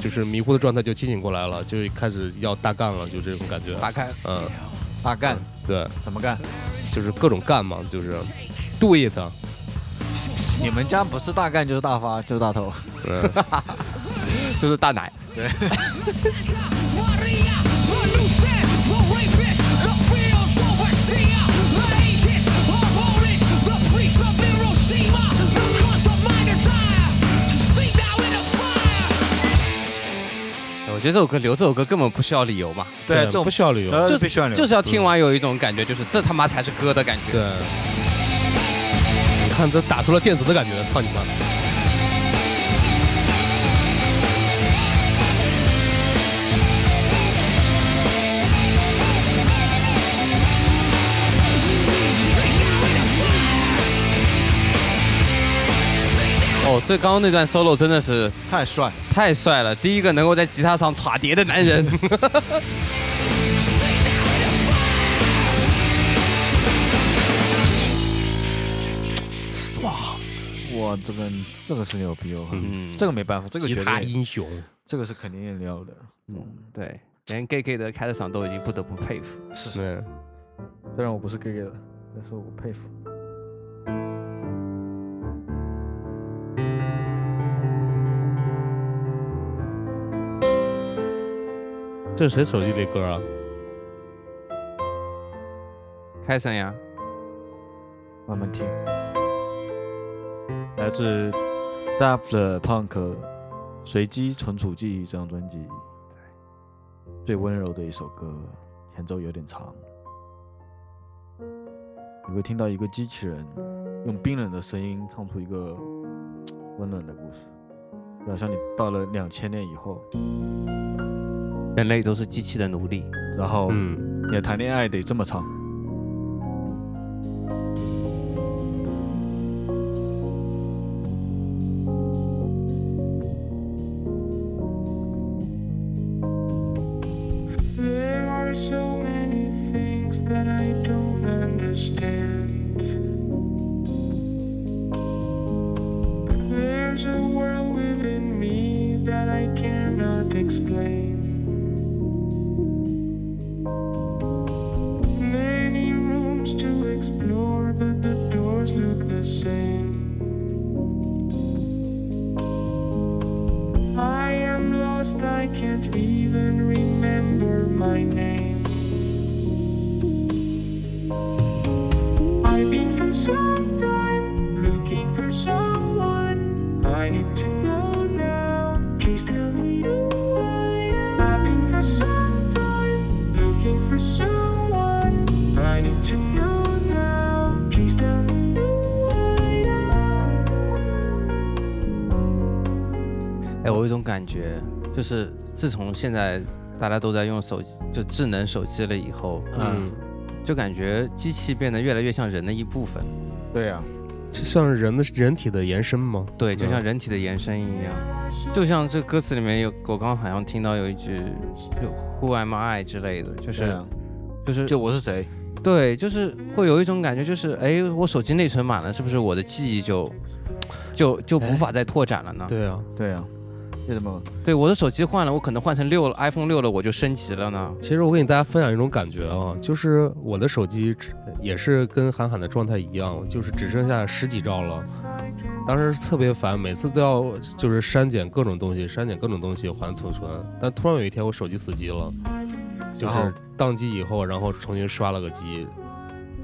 Speaker 3: 就是迷糊的状态就清醒过来了，就开始要大干了，就这种感觉。
Speaker 2: 打开，
Speaker 3: 嗯，
Speaker 1: 大干
Speaker 3: 对，
Speaker 1: 怎么干？
Speaker 3: 就是各种干嘛，就是 do it。
Speaker 1: 你们家不是大干就是大发 [laughs] 就是大头，
Speaker 3: 嗯
Speaker 2: 就是大奶。
Speaker 3: 嗯
Speaker 2: 我觉得这首歌留这首歌根本不需要理由嘛，
Speaker 1: 对，这种
Speaker 3: 不需要理由。
Speaker 1: 就
Speaker 2: 就是
Speaker 1: 必须要留
Speaker 2: 就是要听完有一种感觉，就是这他妈才是歌的感觉。
Speaker 3: 对，你看这打出了电子的感觉，操你妈！
Speaker 2: 哦，这刚刚那段 solo 真的是
Speaker 1: 太帅。
Speaker 2: 太帅了，第一个能够在吉他上耍碟的男人。
Speaker 3: [laughs]
Speaker 1: 哇，这个这个是牛逼哦，
Speaker 2: 嗯
Speaker 1: 这个没办法，这个
Speaker 3: 吉
Speaker 1: 绝
Speaker 3: 他
Speaker 1: 对，
Speaker 3: 英雄，
Speaker 1: 这个是肯定要的。
Speaker 2: 对，连 gay gay 的开的嗓都已经不得不佩服。
Speaker 3: 对，
Speaker 1: 虽然我不是 gay gay 的，但是我佩服。
Speaker 3: 这是谁手机里歌啊？
Speaker 2: 开声呀，
Speaker 1: 慢慢听，来自 Daft Punk《随机存储记忆》这张专辑，最温柔的一首歌，前奏有点长，你会听到一个机器人用冰冷的声音唱出一个温暖的故事，就好像你到了两千年以后，
Speaker 2: 人类都是机器的奴隶。
Speaker 1: 然后
Speaker 3: 嗯，
Speaker 1: 也谈恋爱得这么唱。
Speaker 9: There are so many things that I don't understand. There's a world within me that I cannot explain. Many rooms to explore, but the doors look the same. I am lost, I can't even remember my name. I've been for some time looking for someone. I need to know now. Please tell me who I am. I've been for some time looking for someone. I need to know now. Please tell me who I am.
Speaker 2: 哎，我有一种感觉，就是自从现在大家都在用手机，就智能手机了以后，
Speaker 1: 嗯，
Speaker 2: 就感觉机器变得越来越像人的一部分。
Speaker 1: 对呀、
Speaker 3: 这像是人的人体的延伸吗？
Speaker 2: 对，就
Speaker 3: 嗯
Speaker 2: 像人体的延伸一样，就像这歌词里面有，我刚刚好像听到有一句，就 Who am I 之类的，就是、
Speaker 1: 对啊
Speaker 2: 就是
Speaker 1: 就我是谁？
Speaker 2: 对对，就是会有一种感觉，就是哎，我手机内存满了，是不是我的记忆就就就无法再拓展了呢？
Speaker 3: 对啊，
Speaker 1: 对呀、就这么
Speaker 2: 对我的手机换了，我可能换成六了，iPhone 六了，我就升级了呢。
Speaker 3: 其实我给你大家分享一种感觉啊，就是我的手机只也是跟韩寒的状态一样，就是只剩下十几兆了。当时特别烦，每次都要就是删减各种东西，删减各种东西还存存。但突然有一天我手机死机了，就
Speaker 1: 然后
Speaker 3: 是宕机以后，然后重新刷了个机，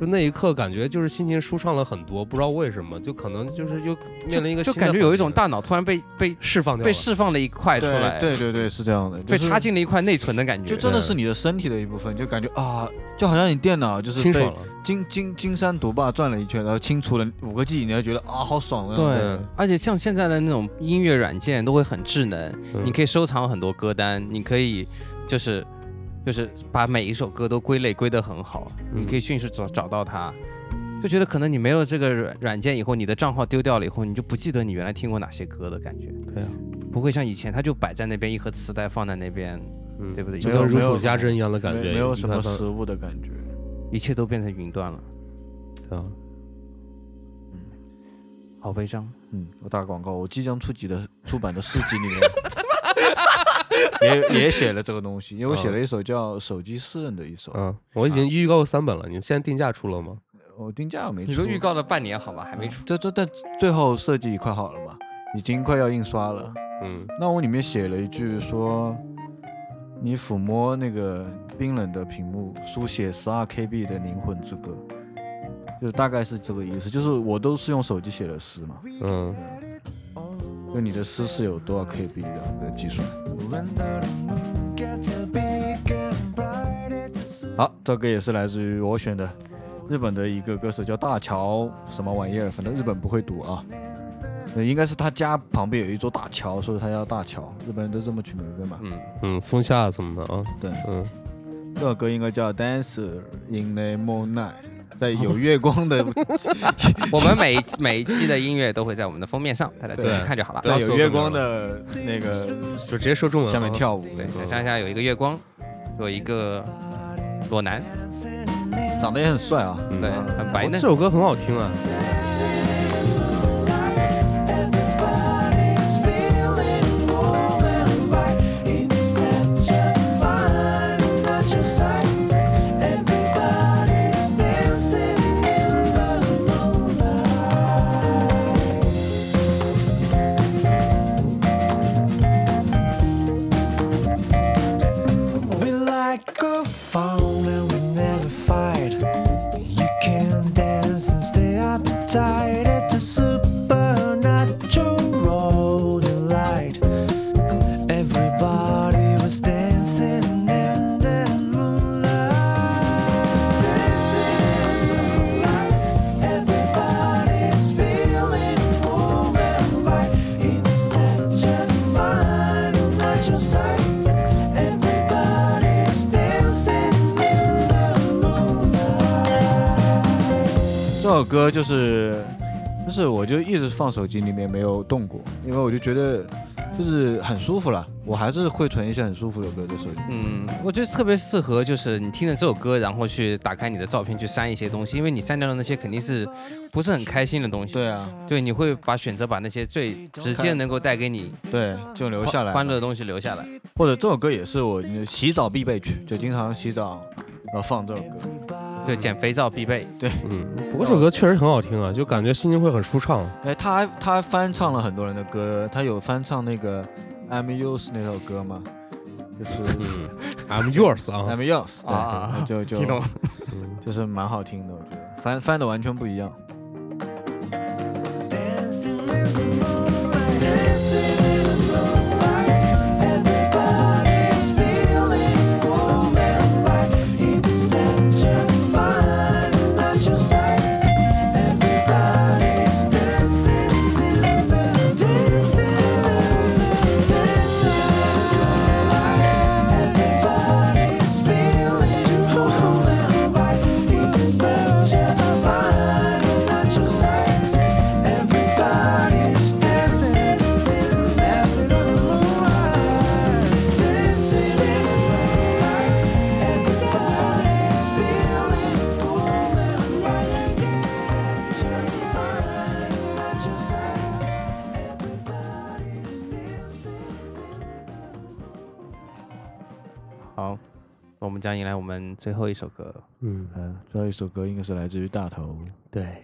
Speaker 3: 就那一刻感觉就是心情舒畅了很多，不知道为什么，就可能就是又面临一个
Speaker 2: 就
Speaker 3: 新的
Speaker 2: 感觉有一
Speaker 3: 环境
Speaker 2: 种大脑突然被被
Speaker 3: 释放掉了，
Speaker 2: 被释放了一块出来，
Speaker 1: 对对对对，是这样的，就
Speaker 2: 被
Speaker 1: 是
Speaker 2: 插进了一块内存的感觉。
Speaker 1: 就真的
Speaker 3: 嗯
Speaker 1: 是你的身体的一部分，就感觉啊，就好像你电脑就是
Speaker 3: 清
Speaker 1: 被
Speaker 3: 爽了。
Speaker 1: 金金金山毒霸转了一圈，然后清除了五个 G，你还觉得啊好爽啊！
Speaker 2: 对，而且像现在的那种音乐软件都会很智能，
Speaker 3: 嗯
Speaker 2: 你可以收藏很多歌单，你可以就是就是把每一首歌都归类归得很好，
Speaker 3: 嗯
Speaker 2: 你可以迅速找找到它。就觉得可能你没了这个软软件以后，你的账号丢掉了以后，你就不记得你原来听过哪些歌的感觉。
Speaker 3: 对啊，
Speaker 2: 不会像以前，它就摆在那边一盒磁带放在那边，对不对
Speaker 3: 就
Speaker 2: 没有
Speaker 3: 像如
Speaker 1: 没有
Speaker 3: 数家珍一样的感
Speaker 1: 没
Speaker 3: 觉，
Speaker 1: 没有什么
Speaker 3: 一般般
Speaker 1: 失误的感觉。
Speaker 2: 一切都变成云端了，
Speaker 3: 对啊
Speaker 2: 好悲伤。
Speaker 1: 嗯，我打广告，我即将出集的出版的诗集
Speaker 2: [laughs]
Speaker 1: 里面也也写了这个东西，因为我写了一首叫《手机诗人》的一首，
Speaker 3: 嗯，我已经预告过三本了，你现在定价出了吗？
Speaker 1: 我定价没出。
Speaker 2: 你都预告了半年好吧，还没出。
Speaker 1: 这这但最后设计快好了嘛，已经快要印刷了。
Speaker 3: 嗯，
Speaker 1: 那我里面写了一句说：“你抚摸那个冰冷的屏幕，书写十二 KB 的灵魂之歌。”就大概是这个意思，就是我都是用手机写的诗嘛。
Speaker 3: 嗯，
Speaker 1: 那你的诗是有多少 KB 的那个计算？好，这个也是来自于我选的日本的一个歌手，叫大桥什么玩意儿，反正日本不会读啊。呃应该是他家旁边有一座大桥，所以他叫大桥。日本人都这么取名字嘛。
Speaker 2: 嗯，
Speaker 3: 嗯，松下什么的啊，
Speaker 1: 对
Speaker 3: 嗯，
Speaker 1: 这首歌应该叫《Dancer in the Moonlight》，在
Speaker 3: 哦
Speaker 1: 有月光
Speaker 3: [laughs]
Speaker 1: 的
Speaker 2: 我们每一每一期的音乐都会在我们的封面上，大家自己去看就好了。
Speaker 1: 在有月光的那个
Speaker 3: 就直接说中文啊
Speaker 1: 下面，跳舞，
Speaker 2: 对，想象一下有一个月光，有一个裸男，
Speaker 1: 长得也很帅啊。
Speaker 2: 对，很白
Speaker 3: 哦这
Speaker 2: 嫩。
Speaker 3: 首歌很好听啊，
Speaker 9: We like a phone and we never fight. You can dance and stay up tight at the supernatural rolling light. Everybody was dancing in the moonlight. Dancing in the moonlight. Everybody's feeling warm and bright. It's such a fine natural sight. Everybody's dancing in the moonlight.
Speaker 1: 这首歌就是，就是我就一直放手机里面没有动过，因为我就觉得就是很舒服了，我还是会存一些很舒服的歌在手机。
Speaker 2: 嗯，我觉得特别适合，就是你听着这首歌，然后去打开你的照片去删一些东西，因为你删掉的那些肯定是不是很开心的东西。
Speaker 1: 对啊，
Speaker 2: 对，你会把选择把那些最直接能够带给你
Speaker 1: 对，就留下来。
Speaker 2: 欢乐的东西留下来。
Speaker 1: 或者这首歌也是我洗澡必备曲，就经常洗澡然后放这首歌。
Speaker 2: 就减肥皂必备，
Speaker 3: 嗯，不过这首歌确实很好听啊，就感觉心情会很舒畅。
Speaker 1: 哎，他还他还翻唱了很多人的歌，他有翻唱那个 I'm Yours 那首歌吗？就是
Speaker 3: 嗯
Speaker 1: [laughs]
Speaker 3: ，I'm yours 啊，
Speaker 1: I'm Yours，对，
Speaker 2: 啊
Speaker 1: 就就
Speaker 2: 听懂
Speaker 3: 嗯
Speaker 1: [laughs] 就是蛮好听的，我觉得翻翻的完全不一样。
Speaker 9: Dancing in the moonlight. Dancing in the moonlight. Everybody's feeling warm and bright. It's such a fine natural sight. Everybody's dancing in the dancing in the dancing. Everybody's feeling warm and bright. It's such a fine
Speaker 2: 们将迎来我们最后一首歌。
Speaker 3: 嗯，
Speaker 1: 嗯，最后一首歌应该是来自于大头，
Speaker 2: 对，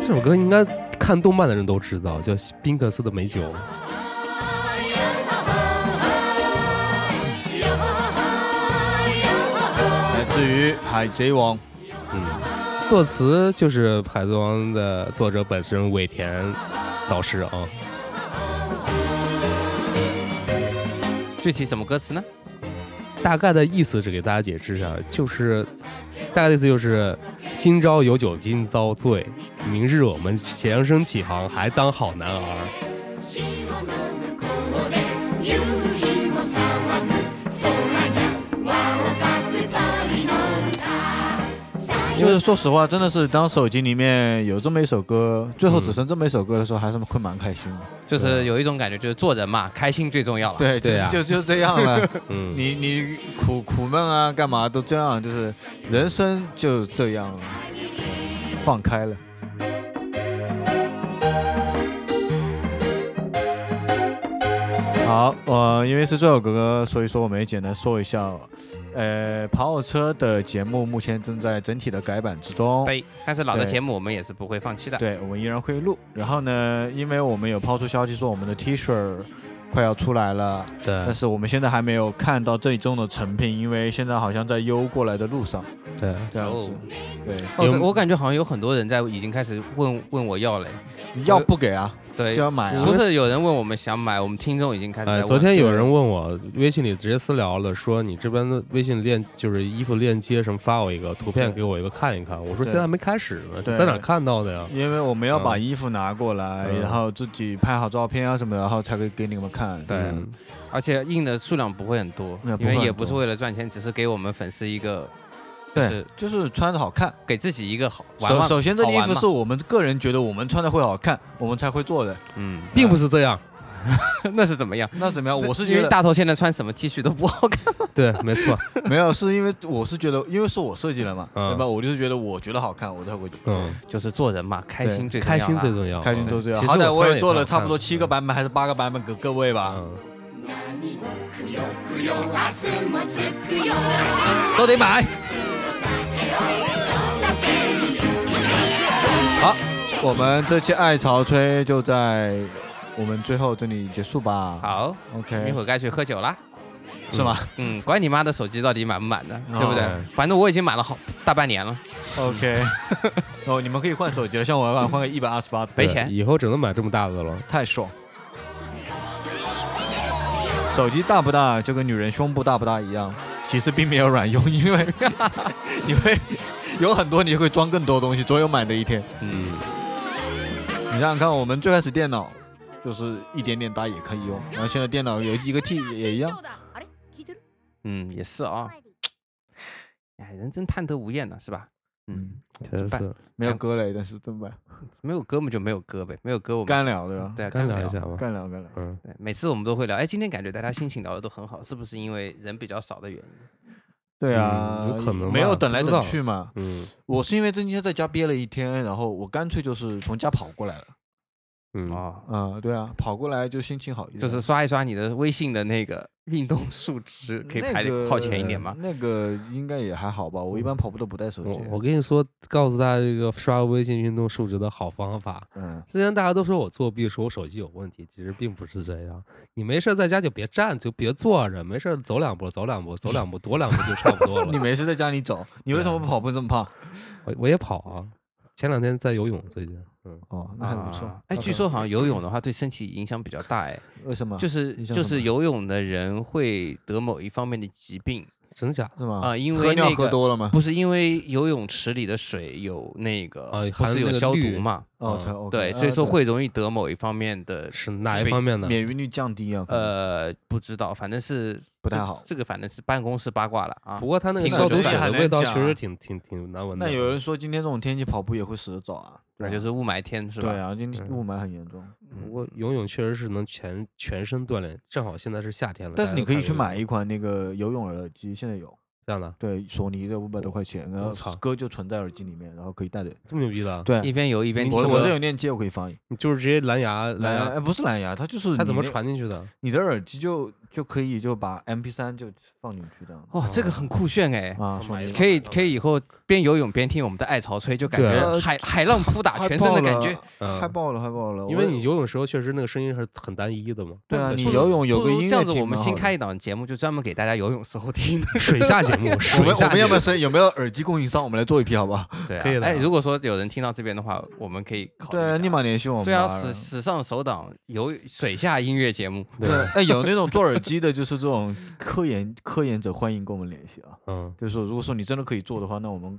Speaker 3: 这首歌应该看动漫的人都知道，叫宾克斯的美酒。
Speaker 1: 来自于海贼王。
Speaker 3: 作词就是《海贼王》的作者本身尾田老师啊，
Speaker 2: 具体什么歌词呢？
Speaker 3: 大概的意思是给大家解释一下，就是大概的意思就是今朝有酒今朝醉，明日我们强声起航，还当好男儿。
Speaker 1: 就是说实话，真的是当手机里面有这么一首歌，最后只剩这么一首歌的时候，还是会蛮开心的。
Speaker 2: 就是有一种感觉，就是做人嘛，开心最重要了。，
Speaker 1: 对，
Speaker 3: 对
Speaker 1: 就
Speaker 3: 啊
Speaker 1: 是就就这样了。
Speaker 3: 嗯，
Speaker 1: 你你苦苦闷啊，干嘛都这样，就是人生就这样了，放开了。好，呃，因为是这首歌，所以说我们也简单说一下，呃，跑火车的节目目前正在整体的改版之中。
Speaker 2: 对。但是老的
Speaker 1: 对
Speaker 2: 节目我们也是不会放弃的。
Speaker 1: 对，我们依然会录。然后呢，因为我们有抛出消息说我们的 T 恤快要出来了，但
Speaker 3: 对
Speaker 1: 是我们现在还没有看到最终的成品，因为现在好像在邮过来的路上，
Speaker 3: 对，啊
Speaker 1: 这样子
Speaker 2: 哦。
Speaker 1: 对，
Speaker 2: 哦，
Speaker 3: 有
Speaker 2: 对我感觉好像有很多人在已经开始问问我要嘞。
Speaker 1: 你要不给啊？
Speaker 2: 对，
Speaker 1: 就要买啊
Speaker 2: 不是有人问我们想买，我们听众已经开始在
Speaker 1: 哎
Speaker 3: 呃，
Speaker 2: 问。
Speaker 3: 昨天有人问我微信里直接私聊了，说你这边的微信链就是衣服链接什么发我一个图片
Speaker 1: 对
Speaker 3: 给我一个看一看，我
Speaker 1: 对
Speaker 3: 说现在还没开始呢，
Speaker 1: 对
Speaker 3: 在哪看到的呀？
Speaker 1: 因为我们要把衣服拿过来，
Speaker 3: 嗯
Speaker 1: 然后自己拍好照片啊什么的，然后才可以给你们看。
Speaker 2: 对
Speaker 3: 嗯
Speaker 2: 而且印的数量不会很多，
Speaker 1: 那不
Speaker 2: 因
Speaker 1: 会
Speaker 2: 为也
Speaker 1: 很
Speaker 2: 不是
Speaker 1: 多
Speaker 2: 为了赚钱，只是给我们粉丝一个，就
Speaker 1: 对
Speaker 2: 是，
Speaker 1: 就是穿着好看。
Speaker 2: 给自己一个好玩
Speaker 1: 首
Speaker 2: 玩
Speaker 1: 首先，这
Speaker 2: 好
Speaker 1: 个衣
Speaker 2: 玩
Speaker 1: 服
Speaker 2: 嘛
Speaker 1: 是我们个人觉得我们穿的会好看，我们才会做的。
Speaker 2: 嗯，
Speaker 3: 并不是这样，
Speaker 2: [laughs] 那是怎么样？
Speaker 1: 那怎么样？我是
Speaker 2: 因
Speaker 1: 觉
Speaker 2: 为
Speaker 1: 得
Speaker 2: 大头现在穿什么 T 恤都不好看。 [laughs]
Speaker 3: 对，没错，
Speaker 1: [laughs] 没有，是因为我是觉得，因为是我设计了嘛，
Speaker 3: 嗯
Speaker 1: 对吧？我就是觉得我觉得好看，我才会 [laughs]
Speaker 3: 嗯，
Speaker 2: 就是做人嘛，开
Speaker 1: 对
Speaker 2: 心最重要
Speaker 3: 开心
Speaker 2: 啦
Speaker 3: 最重要，
Speaker 1: 开心做这样。
Speaker 3: 其实
Speaker 1: 好歹我
Speaker 3: 穿
Speaker 1: 也做了
Speaker 3: 也
Speaker 1: 差不多
Speaker 3: 看
Speaker 1: 七个，版本还是八个版本给各位吧，
Speaker 3: 嗯，
Speaker 1: 都得买。好，我们这期爱潮吹就在我们最后这里结束吧。
Speaker 2: 好，一
Speaker 1: ，OK，
Speaker 2: 会儿该去喝酒啦。
Speaker 1: 是吗
Speaker 2: 嗯，管你妈的手机到底满不满的，对不对
Speaker 3: 哦？
Speaker 2: 反正我已经满了好大半年了，
Speaker 1: ？OK，哦，你们可以换手机了，像我换换个一百二十八，
Speaker 2: 没
Speaker 3: 对
Speaker 2: 钱。
Speaker 3: 以后只能买这么大的了。
Speaker 1: 太爽。手机大不大，就跟女人胸部大不大一样，其实并没有卵用，因为 [laughs] 你会有很多，你就会装更多东西，总有满的一天。
Speaker 2: 嗯，
Speaker 1: 你想想看，我们最开始电脑就是一点点大也可以用，然后现在电脑有一个 T 也一样。
Speaker 2: 嗯，也是啊、哎，人真贪得无厌呢，是吧？嗯，
Speaker 3: 真
Speaker 2: 办
Speaker 3: 是
Speaker 1: 没有歌嘞，但是怎么办？
Speaker 2: 没有歌嘛就没有歌呗，没有歌我们
Speaker 1: 干聊对吧？
Speaker 2: 对啊
Speaker 3: 干聊
Speaker 2: 聊
Speaker 3: 一下。吧。
Speaker 1: 干聊干聊。
Speaker 3: 嗯，
Speaker 2: 对，每次我们都会聊，哎，今天感觉大家心情聊的都很好，是不是因为人比较少的原因？
Speaker 1: 对啊，
Speaker 3: 嗯有可能吧
Speaker 1: 没有等来
Speaker 3: 不知
Speaker 1: 等
Speaker 3: 道
Speaker 1: 去嘛。
Speaker 3: 嗯
Speaker 1: 我是因为今天在家憋了一天，然后我干脆就是从家跑过来了。
Speaker 3: 嗯
Speaker 2: 哦，
Speaker 1: 嗯，对啊，跑过来就心情好一点。
Speaker 2: 就是刷一刷你的微信的那个运动数值，可以排
Speaker 1: 那
Speaker 2: 得
Speaker 1: 个
Speaker 2: 靠前一点嗯吗？
Speaker 1: 那个应该也还好吧，我一般跑步都不带手
Speaker 3: 我
Speaker 1: 机。
Speaker 3: 我跟你说，告诉大家一个刷微信运动数值的好方法。
Speaker 1: 嗯，
Speaker 3: 之前大家都说我作弊，说我手机有问题，其实并不是这样。你没事儿在家就别站，就别坐着，没事儿走两步，走两步，走两步，踱两步就差不多
Speaker 1: 你
Speaker 3: 了。
Speaker 1: 没事在家里走，你为什
Speaker 2: 嗯
Speaker 1: 么跑步这么胖？
Speaker 3: 我我也跑啊，前两天在游泳，最近，嗯，
Speaker 1: 哦，那很
Speaker 2: 啊，
Speaker 1: 不错。
Speaker 2: 哎，据说好像游泳的话对身体影响比较大，哎，
Speaker 1: 为什么？
Speaker 2: 就是是
Speaker 1: 影响
Speaker 2: 就
Speaker 1: 啊什
Speaker 2: 是
Speaker 1: 么
Speaker 2: 游泳的人会得某一方面的疾病
Speaker 3: 真假？
Speaker 1: 是吗？
Speaker 2: 啊因为
Speaker 1: 喝尿
Speaker 2: 那
Speaker 1: 喝
Speaker 2: 个
Speaker 1: 多了吗？
Speaker 2: 不是因为游泳池里的水有那个
Speaker 3: 啊，
Speaker 2: 不
Speaker 3: 含
Speaker 2: 是
Speaker 3: 那
Speaker 2: 有
Speaker 3: 个
Speaker 2: 消
Speaker 3: 氯
Speaker 2: 毒嘛？
Speaker 1: 哦，
Speaker 3: 嗯
Speaker 1: 才 OK
Speaker 2: 呃对，
Speaker 1: 啊
Speaker 2: 所以说会容易得某一方面的，
Speaker 3: 是哪一
Speaker 2: 被
Speaker 3: 方面呢？
Speaker 1: 免疫力降低啊。可能，
Speaker 2: 呃，不知道，反正是
Speaker 1: 不太
Speaker 2: 这
Speaker 1: 好
Speaker 2: 这个反正是办公室八卦了啊
Speaker 3: 不。过它那个
Speaker 2: 听
Speaker 3: 消
Speaker 2: 着
Speaker 3: 毒
Speaker 2: 就
Speaker 3: 水
Speaker 2: 是
Speaker 1: 很
Speaker 3: 的
Speaker 1: 难
Speaker 3: 味道
Speaker 1: 讲
Speaker 3: 确
Speaker 1: 啊
Speaker 3: 实挺挺挺难闻的。
Speaker 1: 那有人说今天这种天气跑步也会死得早啊？
Speaker 2: 那就是雾霾天是吧？
Speaker 1: 对啊，今天
Speaker 3: 嗯
Speaker 1: 雾霾很严重，
Speaker 3: 不过游泳确实是能全全身锻炼，正好现在是夏天了。
Speaker 1: 但是
Speaker 3: 大家
Speaker 1: 你
Speaker 3: 都
Speaker 1: 可以
Speaker 3: 看
Speaker 1: 去
Speaker 3: 游泳
Speaker 1: 买一款那个游泳耳机，现在有。
Speaker 3: 这样的，
Speaker 1: 对，索尼的五百多块钱，然后
Speaker 3: 操
Speaker 1: 歌就存在耳机里面，然后可以带着。
Speaker 3: 这么牛逼的啊，
Speaker 1: 对，
Speaker 2: 一边游一边听
Speaker 1: 我我
Speaker 2: 歌
Speaker 1: 这有链接，我可以发你。
Speaker 3: 你就是直接蓝牙蓝
Speaker 1: 蓝牙
Speaker 3: 牙，
Speaker 1: 哎，不是蓝牙，它就是呃
Speaker 3: 它怎
Speaker 1: 你
Speaker 3: 么
Speaker 1: 那？
Speaker 3: 传进去的？
Speaker 1: 你的耳机就就可以就把 MP 三就放进去这样
Speaker 2: 哦，这个很酷炫哎！
Speaker 1: 啊，
Speaker 3: 买一个
Speaker 2: 可以可以，以后边游泳边听我们的《爱潮吹》，就感
Speaker 3: 对
Speaker 2: 觉
Speaker 1: 呃
Speaker 2: 海海浪扑打全身的感觉。
Speaker 3: 嗯
Speaker 1: 嗨爆了，嗨爆了！
Speaker 3: 因为
Speaker 1: 我
Speaker 3: 你游泳时候确实那个声音是很单一的嘛。
Speaker 1: 对啊，
Speaker 3: 不
Speaker 1: 你
Speaker 3: 如
Speaker 1: 游泳有
Speaker 2: 不
Speaker 1: 个
Speaker 2: 如
Speaker 1: 音乐
Speaker 2: 这样子，
Speaker 1: 挺
Speaker 2: 我们
Speaker 1: 蛮
Speaker 2: 新
Speaker 1: 好的
Speaker 2: 开一档节目，就专门给大家游泳时候听的。
Speaker 3: 水下节
Speaker 1: [laughs]
Speaker 3: 目，
Speaker 1: 我
Speaker 3: 水
Speaker 1: 们我
Speaker 3: 下
Speaker 1: 们要
Speaker 3: 节
Speaker 1: 不
Speaker 3: 目
Speaker 1: 要申有没有耳机供应商？我们来做一批，好不好？
Speaker 2: [laughs] 对啊，
Speaker 3: 可以的
Speaker 2: 哎，如果说有人听到这边的话，我们可以考虑一
Speaker 1: 对，
Speaker 2: 下
Speaker 1: 立马联系我们吧。
Speaker 2: 对啊，史史上首档游水下音乐节目，
Speaker 1: 对， [laughs] 哎，有那种做耳机的，就是这种科研科研者，欢迎跟我们联系啊。
Speaker 3: 嗯，
Speaker 1: 就是说如果说你真的可以做的话，那我们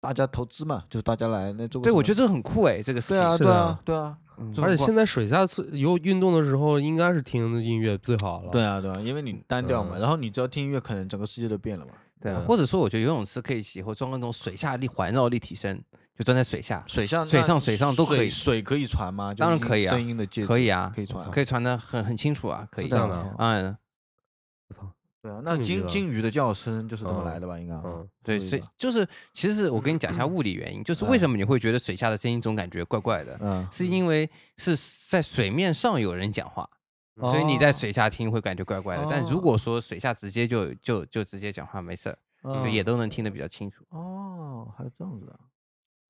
Speaker 1: 大家投资嘛，就是大家来那做个什么。
Speaker 2: 对我觉得这个很酷哎，这个事
Speaker 1: 对
Speaker 2: 情
Speaker 1: 啊，
Speaker 3: 是
Speaker 1: 对
Speaker 3: 的
Speaker 1: 啊，对啊，这
Speaker 3: 而且
Speaker 1: 种
Speaker 3: 现在水下自游运动的时候，应该是听音乐最好了。
Speaker 1: 对啊，对啊，因为你单调嘛，
Speaker 3: 嗯
Speaker 1: 然后你只要听音乐，可能整个世界都变了嘛。
Speaker 2: 对啊
Speaker 3: 嗯
Speaker 2: 或者说我觉得游泳池可以以后装那种水下力环绕力提升，就装在水下，
Speaker 1: 水上
Speaker 2: 水
Speaker 1: 那
Speaker 2: 上水上都可以
Speaker 1: 水可以传吗？就
Speaker 2: 当然
Speaker 1: 是
Speaker 2: 可以啊
Speaker 1: 声音的介质
Speaker 2: 可以啊，
Speaker 1: 可以传啊，
Speaker 2: 可以传的很很清楚啊，可以
Speaker 3: 这样的
Speaker 1: 啊
Speaker 2: 嗯，
Speaker 1: 对啊，
Speaker 3: 这
Speaker 1: 那
Speaker 3: 么牛
Speaker 1: 金
Speaker 3: 逼啊
Speaker 1: 金鱼的叫声就是这么
Speaker 3: 嗯
Speaker 1: 来的吧？应该啊
Speaker 3: 嗯，
Speaker 2: 对，
Speaker 1: 所以
Speaker 2: 所以
Speaker 1: 吧
Speaker 2: 就是其实我跟你讲一下物理原因，就是为什么你会觉得水下的声音总感觉怪怪的，
Speaker 1: 嗯，
Speaker 2: 是因为是在水面上有人讲话。
Speaker 1: 嗯
Speaker 2: 所以你
Speaker 1: 哦
Speaker 2: 在水下听会感觉怪怪的，但如果说水下直接就就就直接讲话没事儿，就
Speaker 1: 嗯
Speaker 2: 也都能听得比较清楚。
Speaker 1: 哦，还有这样子的，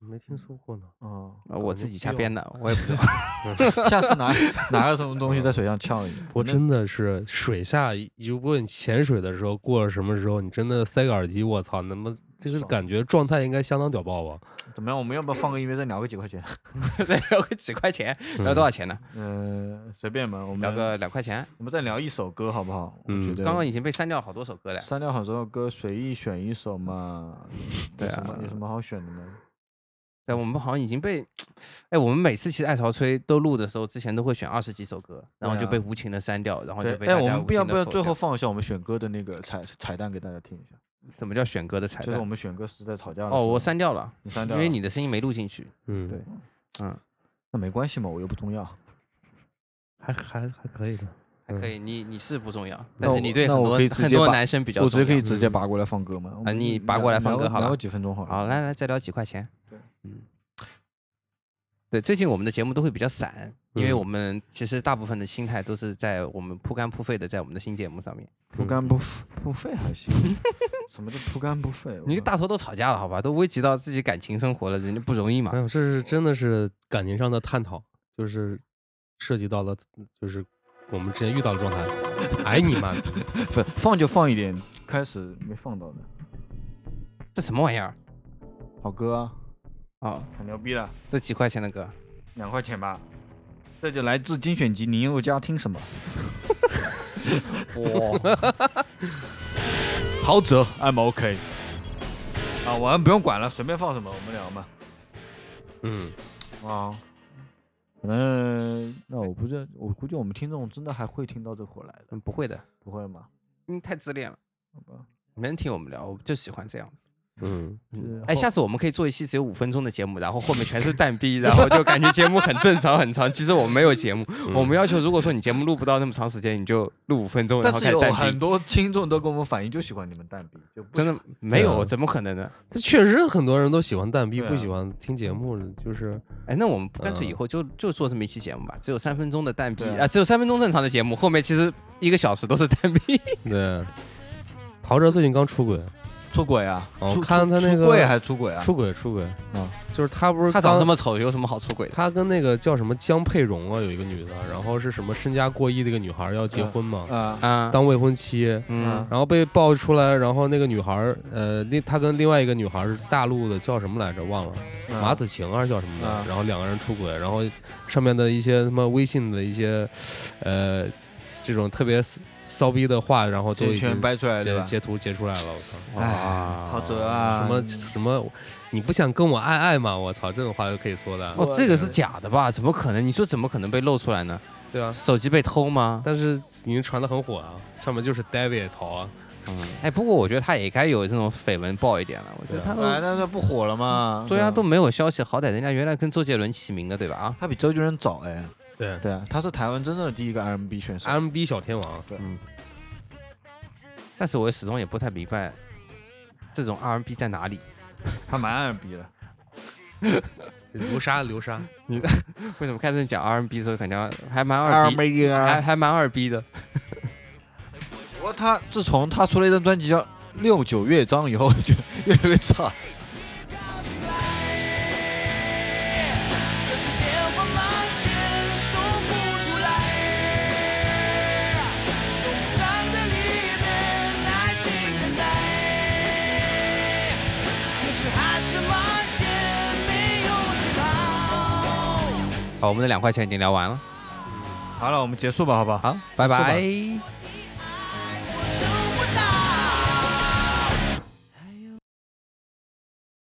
Speaker 3: 没听说
Speaker 1: [laughs]
Speaker 3: 过呢。
Speaker 1: 哦，
Speaker 2: 啊我自己瞎编的，我也不知道。 [laughs]
Speaker 1: 下次拿拿个什么东西在水上呛一下。
Speaker 3: 我真的是水下，如果你潜水的时候过了什么时候，你真的塞个耳机，我操，那么这个感觉状态应该相当屌爆啊吧？
Speaker 1: 怎么样？我们要不要放个音乐再聊个几 [laughs] 块钱？
Speaker 2: 再聊个几块钱，聊多少钱呢？
Speaker 1: 嗯，随便吧，我们
Speaker 2: 聊个两块钱。
Speaker 1: 我们再聊一首歌好不好？我觉
Speaker 3: 嗯
Speaker 1: 得
Speaker 2: 刚刚已经被删掉了好多首歌了。
Speaker 1: 删掉很多歌，随意选一首嘛。
Speaker 2: 对
Speaker 1: 有什
Speaker 2: 啊
Speaker 1: 么有什么好选的呢？
Speaker 2: 对，我们好像已经被，哎，我们每次其实爱潮吹都录的时候，之前都会选二十几首歌，然后
Speaker 1: 对
Speaker 2: 就
Speaker 1: 啊
Speaker 2: 被无情的删掉，然后
Speaker 1: 对
Speaker 2: 就，被
Speaker 1: 哎，
Speaker 2: 大
Speaker 1: 我
Speaker 2: 家
Speaker 1: 们
Speaker 2: 无
Speaker 1: 不要
Speaker 2: 情
Speaker 1: 不
Speaker 2: 的
Speaker 1: 要最后放一下我们选歌的那个彩彩蛋给大家听一下，
Speaker 2: 什么叫选歌的彩
Speaker 1: 就是我
Speaker 2: 蛋？
Speaker 1: 们选歌时在吵架的时候
Speaker 2: 哦，我删掉了，
Speaker 1: 你删
Speaker 2: 因
Speaker 1: 掉了，
Speaker 2: 为你的声音没录进去。
Speaker 3: 嗯，
Speaker 1: 对，
Speaker 2: 嗯，
Speaker 1: 那没关系嘛，我又不重要。
Speaker 3: 还还还可以的。
Speaker 2: 还可以，你你是不重要，
Speaker 1: 嗯那
Speaker 2: 但
Speaker 1: 我
Speaker 2: 是你对
Speaker 1: 那
Speaker 2: 很
Speaker 1: 我
Speaker 2: 多
Speaker 1: 可以直
Speaker 2: 很
Speaker 1: 接
Speaker 2: 多
Speaker 1: 把
Speaker 2: 男生比较
Speaker 1: 我直接
Speaker 2: 重
Speaker 1: 可以
Speaker 2: 要。啊
Speaker 1: 直接拔过来放歌吗？我们
Speaker 2: 你拔
Speaker 1: 聊
Speaker 2: 过来放
Speaker 1: 聊
Speaker 2: 歌
Speaker 1: 个
Speaker 2: 好
Speaker 1: 聊
Speaker 2: 了
Speaker 1: 个几分钟好了。
Speaker 2: 好，来来，再聊几块钱。嗯，对，最近我们的节目都会比较散，因为
Speaker 3: 嗯
Speaker 2: 我们其实大部分的心态都是在我们铺干铺费的，在我们的新节目上面。
Speaker 1: 不干不不费还
Speaker 2: [laughs]
Speaker 1: 行，什么叫不干不费？
Speaker 2: 你
Speaker 1: 我
Speaker 2: 跟大头都吵架了，好吧？都危及到自己感情生活了，人家不容易嘛
Speaker 1: 嗯
Speaker 3: 哎。呦，这是真的是感情上的探讨，就是涉及到了，就是我们之前遇到的状态。哎，你
Speaker 2: [laughs]
Speaker 3: 妈逼！
Speaker 1: 不放就放一点，开始没放到的
Speaker 2: 这什么玩意儿
Speaker 1: 好歌啊，
Speaker 2: 啊？
Speaker 1: 很牛逼的，
Speaker 2: 这几块钱的歌，
Speaker 1: 两块钱吧。这就来自精选集，林宥嘉听什么？
Speaker 2: 哇，
Speaker 1: 陶喆，I'm OK。啊，我们不用管了，随便放什么我们聊嘛。
Speaker 3: 嗯，
Speaker 1: 啊，反正那我不知道，我估计我们听众真的还会听到这会儿来的，
Speaker 2: 嗯不会的，
Speaker 1: 不会吗？
Speaker 2: 你太自恋了
Speaker 1: 吧。
Speaker 2: 没人听我们聊，我就喜欢这样。
Speaker 3: 嗯，
Speaker 1: 就是
Speaker 2: 哎，下次我们可以做一期只有五分钟的节目，然后后面全是蛋逼，然后就感觉节目很正常很长。其实我们没有节目，
Speaker 3: 嗯
Speaker 2: 我们要求如果说你节目录不到那么长时间，你就录五分钟，然
Speaker 1: 但
Speaker 2: 后
Speaker 1: 是
Speaker 2: 开始
Speaker 1: 有
Speaker 2: 蛋
Speaker 1: 很
Speaker 2: 逼。
Speaker 1: 多听众都跟我们反映，就喜欢你们蛋逼，就不
Speaker 2: 真的没
Speaker 3: 对
Speaker 2: 有，
Speaker 3: 啊
Speaker 2: 怎么可能呢？
Speaker 3: 这确实很多人都喜欢蛋逼，
Speaker 1: 对啊
Speaker 3: 不喜欢听节目，
Speaker 2: [laughs]
Speaker 3: 就是
Speaker 2: 哎，那我们干脆
Speaker 3: 嗯
Speaker 2: 以后就就做这么一期节目吧，只有三分钟的蛋逼
Speaker 1: 对啊
Speaker 2: 啊，只有三分钟正常的节目，后面其实一个小时都是蛋逼。
Speaker 3: 对。陶喆最近刚出轨，
Speaker 1: 出轨啊！
Speaker 3: 哦
Speaker 1: 出
Speaker 3: 看
Speaker 1: 出
Speaker 3: 他那
Speaker 1: 出轨
Speaker 3: 个
Speaker 1: 还出轨啊！
Speaker 3: 出轨出轨
Speaker 1: 嗯，
Speaker 3: 就是他不是
Speaker 2: 啊他长
Speaker 3: 刚
Speaker 2: 这么丑，有什么好出轨的？
Speaker 3: 他跟那个叫什么江佩蓉啊，有一个女的，然后是什么身家过亿的一个女孩要结
Speaker 2: 嗯
Speaker 3: 婚嘛，
Speaker 1: 啊
Speaker 2: 啊，
Speaker 3: 当未婚妻，
Speaker 2: 嗯，
Speaker 3: 然后被爆出来，然后那个女孩儿，呃，那他跟另外一个女孩儿是大陆的，叫什么来着？忘了，
Speaker 1: 嗯
Speaker 3: 马子晴还是叫什么的
Speaker 1: 啊。
Speaker 3: 然后两个人出轨，然后上面的一些他妈微信的一些，呃，这种特别骚骚逼的话，然后都
Speaker 1: 这
Speaker 3: 已
Speaker 1: 全
Speaker 3: 经
Speaker 1: 掰出来对
Speaker 3: 截
Speaker 1: 吧？
Speaker 3: 截图截出来了。我操！
Speaker 1: 哎，陶喆啊，
Speaker 3: 什么什么，你不想跟我爱爱吗？我操，这种话就可以说的，
Speaker 2: 哦，这个是假的吧？怎么可能？你说怎么可能被露出来呢？
Speaker 3: 对吧？
Speaker 2: 手机被偷吗？
Speaker 3: 嗯但是已经传的很火啊，上面就是 David 头啊，
Speaker 2: 嗯，哎，不过我觉得他也该有这种绯闻爆一点了。我觉得他
Speaker 1: 哎，那那不火了吗？
Speaker 3: 嗯
Speaker 2: 对啊，
Speaker 1: 啊
Speaker 2: 都没有消息，好歹人家原来跟周杰伦齐名的，对吧？啊，
Speaker 1: 他比周杰伦早哎，
Speaker 3: 对
Speaker 1: 对啊，他是台湾真正的第一个 R&B 选手。
Speaker 3: ，MB 小天王，
Speaker 2: 但是我始终也不太明白，这种 R&B 在哪里？
Speaker 1: 还蛮二逼的。
Speaker 3: 流沙流沙，
Speaker 2: 为什么开始讲 R&B 的时候感觉还蛮二啊逼，
Speaker 1: 逼
Speaker 2: 还还蛮二逼的？
Speaker 1: 不过他自从他出了一张专辑叫《六九乐章》以后，就越来越差。
Speaker 10: 有些电话忙前说不出来，都藏在里面，耐心等待。可是还是忙前没有思考。
Speaker 2: 好，我们的两块钱已经聊完了，
Speaker 1: 好了，我们结束吧，好不好？
Speaker 2: 好，拜拜。
Speaker 1: 拜